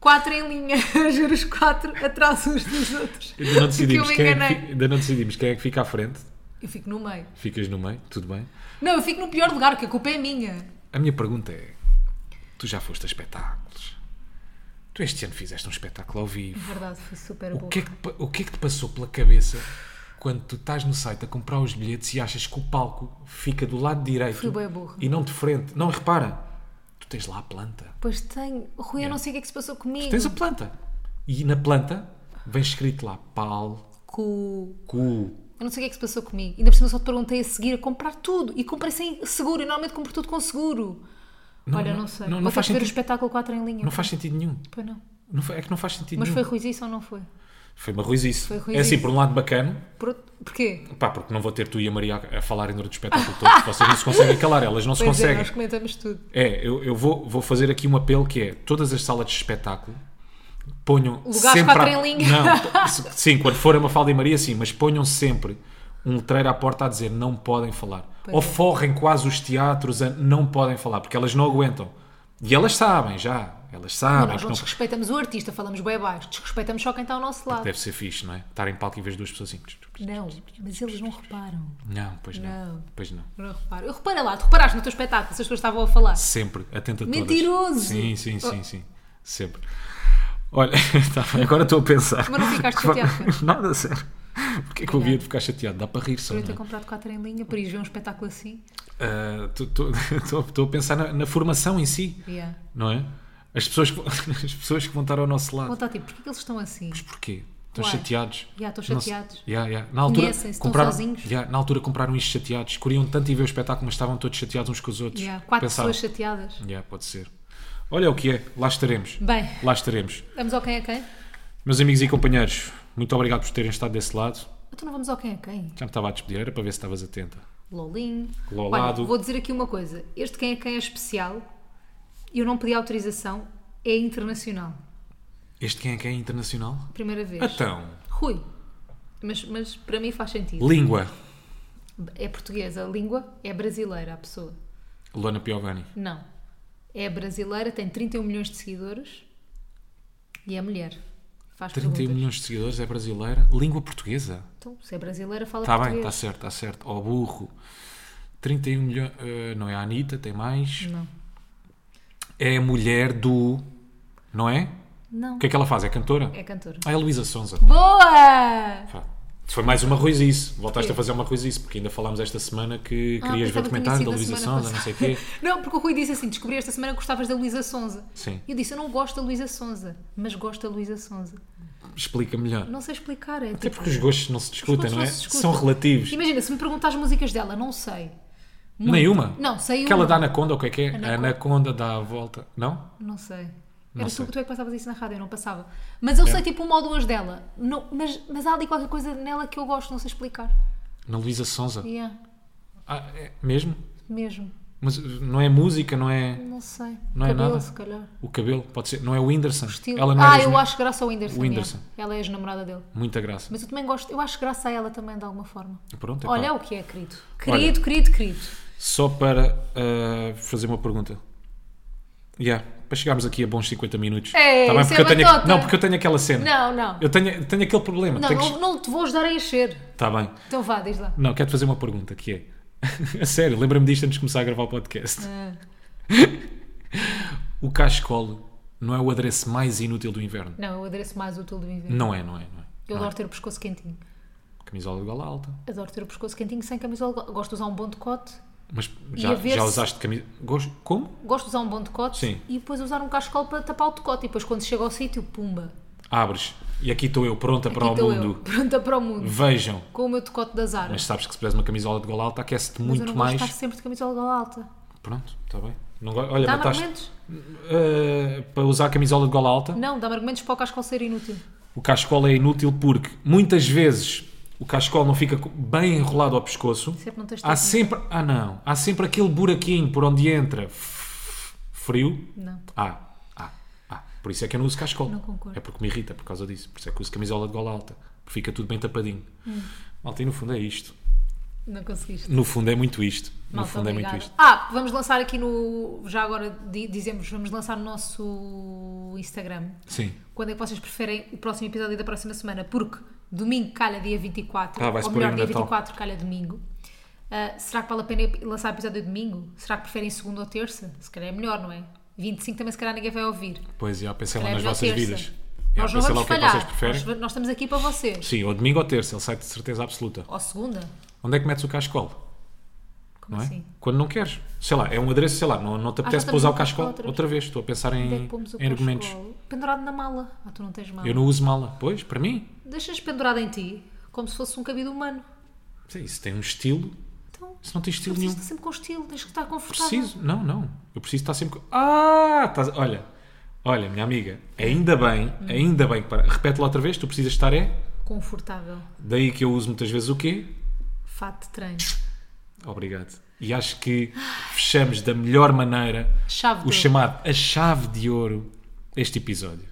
Speaker 2: Quatro em linha, a ver os quatro atrás uns dos outros.
Speaker 1: Ainda não,
Speaker 2: Porque eu
Speaker 1: decidimos
Speaker 2: me
Speaker 1: quem é que,
Speaker 2: enganei.
Speaker 1: fi- ainda não decidimos quem é que fica à frente.
Speaker 2: Eu fico no meio.
Speaker 1: Ficas no meio, tudo bem.
Speaker 2: Não, eu fico no pior lugar, que a culpa é minha.
Speaker 1: A minha pergunta é: tu já foste a espetáculos? Tu este ano fizeste um espetáculo ao vivo.
Speaker 2: Verdade, foi super
Speaker 1: O
Speaker 2: boa.
Speaker 1: que, é que, pa- o que é que te passou pela cabeça quando tu estás no site a comprar os bilhetes e achas que o palco fica do lado direito
Speaker 2: Fui bué burra.
Speaker 1: e não de frente? Não, repara, tu tens lá a planta.
Speaker 2: Pois tenho. Rui, eu não sei o que é que se passou comigo.
Speaker 1: Tens a planta. E na planta vem escrito lá palco.
Speaker 2: Com- Eu não sei o que é que se passou comigo. Ainda por cima só te perguntei a seguir a comprar tudo. E comprei sem seguro. E normalmente compro tudo com seguro. Olha, não,
Speaker 1: não-
Speaker 2: sei.
Speaker 1: não-
Speaker 2: Não,
Speaker 1: não
Speaker 2: Vou ter
Speaker 1: faz
Speaker 2: que ver o
Speaker 1: sentido.
Speaker 2: espetáculo 4 em linha.
Speaker 1: Não faz sentido nenhum.
Speaker 2: Pois não.
Speaker 1: Não fa- é que não faz sentido
Speaker 2: Mas
Speaker 1: nenhum.
Speaker 2: foi ruizice ou não foi?
Speaker 1: Foi uma ruizice.
Speaker 2: Foi
Speaker 1: É
Speaker 2: ruizice.
Speaker 1: assim, por um lado bacana,
Speaker 2: Por outro- Porquê?
Speaker 1: pá, porque não vou ter tu e a Maria a- a falarem durante o espetáculo todo, vocês não se conseguem calar, elas não se
Speaker 2: Pois é,
Speaker 1: conseguem.
Speaker 2: nós comentamos tudo.
Speaker 1: É, eu, eu vou, vou fazer aqui um apelo que é, todas as salas de espetáculo ponham
Speaker 2: Lugares
Speaker 1: sempre
Speaker 2: para
Speaker 1: à-
Speaker 2: treilinho.
Speaker 1: Não, se- sim, quando for a Mafalda e Maria, sim, mas ponham sempre um letreiro à porta a dizer não podem falar.
Speaker 2: Pois
Speaker 1: Ou
Speaker 2: é.
Speaker 1: forrem quase os teatros a não podem falar, porque elas não aguentam. E elas sabem já, elas
Speaker 2: Não,
Speaker 1: sabem
Speaker 2: nós
Speaker 1: que
Speaker 2: não
Speaker 1: não
Speaker 2: desrespeitamos o artista, falamos bem baixo, desrespeitamos só quem está ao nosso lado.
Speaker 1: deve ser fixe, não é? Estar em palco em vez de duas pessoas assim.
Speaker 2: Não, mas eles não reparam.
Speaker 1: Não, pois não.
Speaker 2: Não.
Speaker 1: Pois não.
Speaker 2: Não reparam. Eu reparei lá, tu reparaste no teu espetáculo, se as pessoas estavam a falar.
Speaker 1: Sempre, atenta a todas.
Speaker 2: Mentiroso!
Speaker 1: Sim, sim, sim, sim. Sempre. Olha, tá bem, agora estou a pensar.
Speaker 2: Mas não ficaste chateado, cara?
Speaker 1: Nada, sério. Porquê que eu havia de ficar chateado? Dá para rir só,
Speaker 2: Eu
Speaker 1: não
Speaker 2: ter
Speaker 1: é? Ah,
Speaker 2: comprado quatro em linha para ir ver um espetáculo assim.
Speaker 1: Estou a pensar na, na formação em si,
Speaker 2: Yeah.
Speaker 1: não é? As pessoas, que vão- as pessoas que vão estar ao nosso
Speaker 2: Vão
Speaker 1: lado.
Speaker 2: estar tipo, porquê que eles estão assim?
Speaker 1: Mas porquê? Estão
Speaker 2: Ué.
Speaker 1: chateados.
Speaker 2: Já, estão
Speaker 1: Não se-
Speaker 2: chateados.
Speaker 1: Já, já. Na altura,
Speaker 2: Conhecem-se, estão
Speaker 1: compraram,
Speaker 2: sozinhos.
Speaker 1: já, na altura compraram isto chateados. Queriam tanto ir ver o espetáculo, mas estavam todos chateados uns com os outros.
Speaker 2: Yeah. Quatro
Speaker 1: Pensaram,
Speaker 2: pessoas chateadas.
Speaker 1: já, pode ser. Olha o que é, lá estaremos.
Speaker 2: Bem,
Speaker 1: Lá estaremos.
Speaker 2: vamos ao quem é quem?
Speaker 1: Meus amigos e companheiros, muito obrigado por terem estado desse lado.
Speaker 2: Então não vamos ao quem é quem?
Speaker 1: Já me estava a despedir, era para ver se estavas atenta.
Speaker 2: Lolinho.
Speaker 1: Lolado.
Speaker 2: Olha, vou dizer aqui uma coisa. Este quem é quem é especial. Eu não pedi autorização. É internacional.
Speaker 1: Este quem é quem é internacional?
Speaker 2: Primeira vez.
Speaker 1: Então,
Speaker 2: Rui. Mas, mas para mim faz sentido.
Speaker 1: língua.
Speaker 2: É portuguesa. A língua é brasileira, a pessoa.
Speaker 1: Luana Piovani.
Speaker 2: Não. É brasileira, tem 31 milhões de seguidores e é mulher.
Speaker 1: 31
Speaker 2: Faz perguntas.
Speaker 1: milhões de seguidores, é brasileira. Língua portuguesa.
Speaker 2: Então, se é brasileira, fala
Speaker 1: Está Tá bem,
Speaker 2: português.
Speaker 1: está certo, está certo. Ó burro. 31 milhões. eh, não é a Anitta, tem mais.
Speaker 2: Não.
Speaker 1: É a mulher do. Não é?
Speaker 2: Não.
Speaker 1: O que é que ela faz? É cantora?
Speaker 2: É cantora.
Speaker 1: Ah, é Luísa Sonza.
Speaker 2: Boa!
Speaker 1: Pá, Foi mais uma ruizice. Voltaste a fazer uma ruizice, porque ainda falámos esta semana que
Speaker 2: Ah,
Speaker 1: querias
Speaker 2: pensava
Speaker 1: ver
Speaker 2: que tinha
Speaker 1: o documentário
Speaker 2: sido
Speaker 1: da
Speaker 2: a
Speaker 1: Luísa
Speaker 2: semana
Speaker 1: Sonza, não sei o quê.
Speaker 2: passada. Não, porque o Rui disse assim: descobri esta semana que gostavas da Luísa Sonza.
Speaker 1: Sim.
Speaker 2: E eu disse: eu não gosto da Luísa Sonza, mas gosto da Luísa Sonza.
Speaker 1: Explica melhor.
Speaker 2: Não sei explicar. É
Speaker 1: Até
Speaker 2: tipo,
Speaker 1: porque os gostos não se discutem,
Speaker 2: gostos
Speaker 1: não é?
Speaker 2: não se discutem.
Speaker 1: São relativos.
Speaker 2: Imagina, se me perguntar as músicas dela, não sei. Muito.
Speaker 1: Nenhuma?
Speaker 2: Não, sei
Speaker 1: Aquela
Speaker 2: uma.
Speaker 1: da Anaconda, o que é que é?
Speaker 2: Anaconda.
Speaker 1: A Anaconda dá a volta. Não?
Speaker 2: Não sei.
Speaker 1: Não
Speaker 2: Era
Speaker 1: sei.
Speaker 2: tu, tu é que passavas isso na rádio, eu não passava. Mas eu
Speaker 1: É.
Speaker 2: sei tipo uma ou duas dela. Não, mas, mas há ali qualquer coisa nela que eu gosto, não sei explicar.
Speaker 1: Na Luísa Sonza.
Speaker 2: Yeah,
Speaker 1: Ah, é mesmo?
Speaker 2: mesmo.
Speaker 1: Mas uh, não é música, não é
Speaker 2: Não sei.
Speaker 1: Não é
Speaker 2: Cabelo,
Speaker 1: nada?
Speaker 2: se calhar.
Speaker 1: o cabelo, pode ser. Não é o Whindersson.
Speaker 2: Estilo.
Speaker 1: Ela não
Speaker 2: ah,
Speaker 1: é
Speaker 2: eu acho graça ao Whindersson.
Speaker 1: O
Speaker 2: yeah.
Speaker 1: Whindersson.
Speaker 2: Ela é a namorada dele.
Speaker 1: Muita graça.
Speaker 2: Mas eu também gosto, eu acho graça a ela também de alguma forma.
Speaker 1: Pronto, é
Speaker 2: Olha
Speaker 1: pá.
Speaker 2: o que é, querido.
Speaker 1: Olha.
Speaker 2: Querido, querido, querido.
Speaker 1: Só para uh, fazer uma pergunta. Yeah, para chegarmos aqui a bons 50 minutos.
Speaker 2: É,
Speaker 1: Tá bem?
Speaker 2: isso
Speaker 1: Porque
Speaker 2: é
Speaker 1: eu tenho,
Speaker 2: batota.
Speaker 1: Não, porque eu tenho aquela cena.
Speaker 2: Não, não.
Speaker 1: Eu tenho, tenho aquele problema.
Speaker 2: Não,
Speaker 1: tenho que-
Speaker 2: não, não te vou ajudar a encher.
Speaker 1: Tá bem.
Speaker 2: Então vá, diz lá.
Speaker 1: Não, quero-te fazer uma pergunta, que é... a sério, lembra-me disto antes de começar a gravar o podcast.
Speaker 2: Ah,
Speaker 1: O cachecol não é o adereço mais inútil do inverno.
Speaker 2: Não, eu adereço mais o teu do inverno.
Speaker 1: Não é, não é, não é. Não
Speaker 2: Eu
Speaker 1: é.
Speaker 2: adoro ter o pescoço quentinho.
Speaker 1: Camisola de gola alta.
Speaker 2: Adoro ter o pescoço quentinho sem camisola. Gosto de usar um bom decote.
Speaker 1: Mas já,
Speaker 2: a ver
Speaker 1: já
Speaker 2: se-
Speaker 1: usaste camisa... Gosto... Como?
Speaker 2: Gosto de usar um bom decote
Speaker 1: Sim.
Speaker 2: e depois usar um cachecol para tapar o decote. E depois quando chego ao sítio, pumba.
Speaker 1: Abres. E aqui estou eu, pronta para
Speaker 2: aqui
Speaker 1: o
Speaker 2: estou
Speaker 1: mundo.
Speaker 2: eu, pronta para o mundo.
Speaker 1: Vejam.
Speaker 2: Com o meu decote da Zara.
Speaker 1: Mas sabes que se puseres uma camisola de gola alta aquece-te
Speaker 2: Mas eu
Speaker 1: muito
Speaker 2: não
Speaker 1: mais.
Speaker 2: gosto de estar sempre de camisola gola alta.
Speaker 1: Pronto, está bem. Não go- Olha,
Speaker 2: Dá-me
Speaker 1: mataste...
Speaker 2: argumentos?
Speaker 1: Ah, para usar a camisola de gola alta,
Speaker 2: Não, dá-me argumentos para o cachecol ser inútil.
Speaker 1: o cachecol é inútil porque muitas vezes o cachecol não fica co- bem enrolado ao pescoço.
Speaker 2: Sempre não tens
Speaker 1: Há
Speaker 2: tempo.
Speaker 1: sempre, ah não, há sempre aquele buraquinho por onde entra f- frio.
Speaker 2: Não.
Speaker 1: Ah, ah, ah. Por isso é que eu não uso cascola.
Speaker 2: Não concordo.
Speaker 1: É porque me irrita por causa disso. Por isso é que uso camisola de gola alta. Porque fica tudo bem tapadinho.
Speaker 2: Hum.
Speaker 1: Malta, e no fundo é isto.
Speaker 2: Não conseguiste.
Speaker 1: No fundo é muito isto. no
Speaker 2: Malta,
Speaker 1: fundo é
Speaker 2: obrigada.
Speaker 1: muito isto.
Speaker 2: Ah, vamos lançar aqui no. Já agora di- dizemos, vamos lançar no nosso Instagram.
Speaker 1: Sim.
Speaker 2: Quando é que vocês preferem o próximo episódio da próxima semana? Porque domingo calha dia 24,
Speaker 1: Ah, vai-se
Speaker 2: ou
Speaker 1: pôr aí
Speaker 2: melhor,
Speaker 1: no
Speaker 2: dia
Speaker 1: Natal.
Speaker 2: 24 calha domingo. Ah, será que vale a pena lançar episódio domingo? Será que preferem segunda ou terça? Se calhar é melhor, não é? 25 também se calhar ninguém vai ouvir.
Speaker 1: Pois já, pensei
Speaker 2: Calhar
Speaker 1: lá
Speaker 2: é
Speaker 1: nas
Speaker 2: melhor
Speaker 1: vossas
Speaker 2: terça.
Speaker 1: vidas. Já,
Speaker 2: Nós não
Speaker 1: pensei lá
Speaker 2: vamos
Speaker 1: o que é que
Speaker 2: falhar.
Speaker 1: vocês preferem.
Speaker 2: Nós, nós estamos aqui para vocês.
Speaker 1: Sim, ou domingo ou terça, ele sai de certeza absoluta.
Speaker 2: Ou segunda?
Speaker 1: Onde é que metes o cascolo?
Speaker 2: Como
Speaker 1: Não é?
Speaker 2: assim?
Speaker 1: Quando não queres. Sei lá, é um adereço, sei lá, não, não te
Speaker 2: Ah, já
Speaker 1: apetece
Speaker 2: estamos
Speaker 1: pousar
Speaker 2: no
Speaker 1: o cascolo
Speaker 2: cascolo outra
Speaker 1: outra, vez. Estou a pensar
Speaker 2: Onde é que
Speaker 1: em,
Speaker 2: pomos o
Speaker 1: em Hum, argumentos.
Speaker 2: cachecol? Pendurado na mala. Ah, tu não tens mala.
Speaker 1: Eu não uso mala. Pois, para mim.
Speaker 2: Deixas pendurado em ti, como se fosse um cabido humano.
Speaker 1: Sim, isso tem um estilo.
Speaker 2: Então,
Speaker 1: Isso não tem estilo
Speaker 2: precisas
Speaker 1: nenhum.
Speaker 2: estar sempre com estilo, tens que estar confortável.
Speaker 1: Preciso. Não, não. Eu preciso estar sempre. co- Ah! estás- Olha, olha, minha amiga, ainda bem, ainda bem que para. Repete lá outra vez, tu precisas estar é.
Speaker 2: Confortável.
Speaker 1: Daí que eu uso muitas vezes o quê?
Speaker 2: Fato de treino.
Speaker 1: Obrigado. E acho que fechamos da melhor maneira
Speaker 2: Chave de
Speaker 1: o
Speaker 2: ouro.
Speaker 1: chamado a chave de ouro este episódio.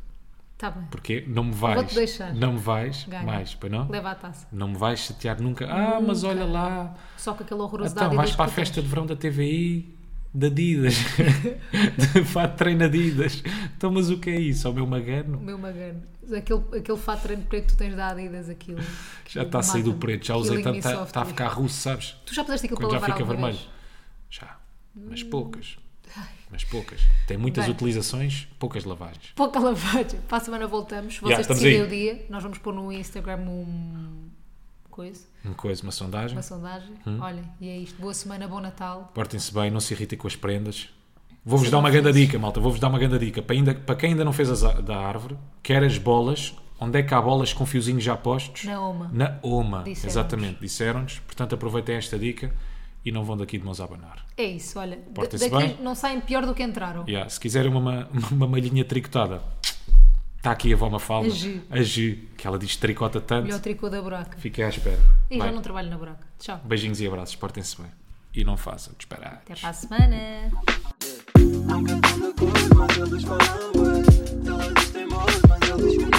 Speaker 2: Tá bem.
Speaker 1: Porque não me vais.
Speaker 2: Vou-te deixar.
Speaker 1: Não me vais
Speaker 2: Ganha.
Speaker 1: mais, pois não?
Speaker 2: Leva a taça.
Speaker 1: Não me vais chatear nunca. Ah, mas olha lá.
Speaker 2: Só com aquele horroroso da
Speaker 1: Então,
Speaker 2: Adidas
Speaker 1: vais para a
Speaker 2: que tu tens.
Speaker 1: festa de verão da TVI da Adidas. de fato, treino Adidas. Então, mas o que é isso? É o meu magano?
Speaker 2: Meu magano. Aquele, aquele fato de treino preto que tu tens da Adidas, aquilo.
Speaker 1: Já está a sair do preto. Já usei tanto. Está está a ficar russo, sabes?
Speaker 2: Tu já puseste aquilo
Speaker 1: Quando
Speaker 2: para
Speaker 1: já
Speaker 2: lavar
Speaker 1: fica
Speaker 2: alguma
Speaker 1: vermelho.
Speaker 2: vez?
Speaker 1: Já. Mas poucas. Mas poucas. Tem muitas
Speaker 2: Bem.
Speaker 1: utilizagens, poucas lavagens.
Speaker 2: Pouca lavagem. Para a semana voltamos. Vocês
Speaker 1: Yeah, estamos
Speaker 2: decidem
Speaker 1: aí.
Speaker 2: o dia. Nós vamos pôr no Instagram um... coisa,
Speaker 1: Uma coisa, uma sondagem.
Speaker 2: uma sondagem.
Speaker 1: Hum?
Speaker 2: Olha, e é isto. Boa semana, bom Natal.
Speaker 1: Portem-se bem, não se irritem com as prendas. Vou-vos dar uma grande dica, malta. Vou-vos dar uma grande dica. Para, ainda, para quem ainda não fez as a- da árvore, quer as bolas, onde é que há bolas com fiozinhos já postos?
Speaker 2: Na Oma.
Speaker 1: Na OMA.
Speaker 2: Disseram-nos.
Speaker 1: Exatamente, disseram-nos. Portanto, aproveitem esta dica e não vão daqui de mãos a abanar.
Speaker 2: É isso, olha. da-
Speaker 1: Portem-se
Speaker 2: Daqui
Speaker 1: bem.
Speaker 2: não saem pior do que entraram.
Speaker 1: Yeah, se quiserem uma, ma- uma malhinha tricotada, está aqui a Vó Mafalda.
Speaker 2: A Gi.
Speaker 1: A Gi, que ela diz tricota
Speaker 2: Melhor
Speaker 1: tanto.
Speaker 2: tricô da buraca.
Speaker 1: Fiquem à espera.
Speaker 2: E
Speaker 1: Bem,
Speaker 2: já não trabalho na buraca. Tchau.
Speaker 1: Beijinhos e abraços. Portem-se bem. E não façam disparar.
Speaker 2: Até para a semana.
Speaker 3: Não cantando cor, mas eles falam bué. Todas têm voz, mas eles não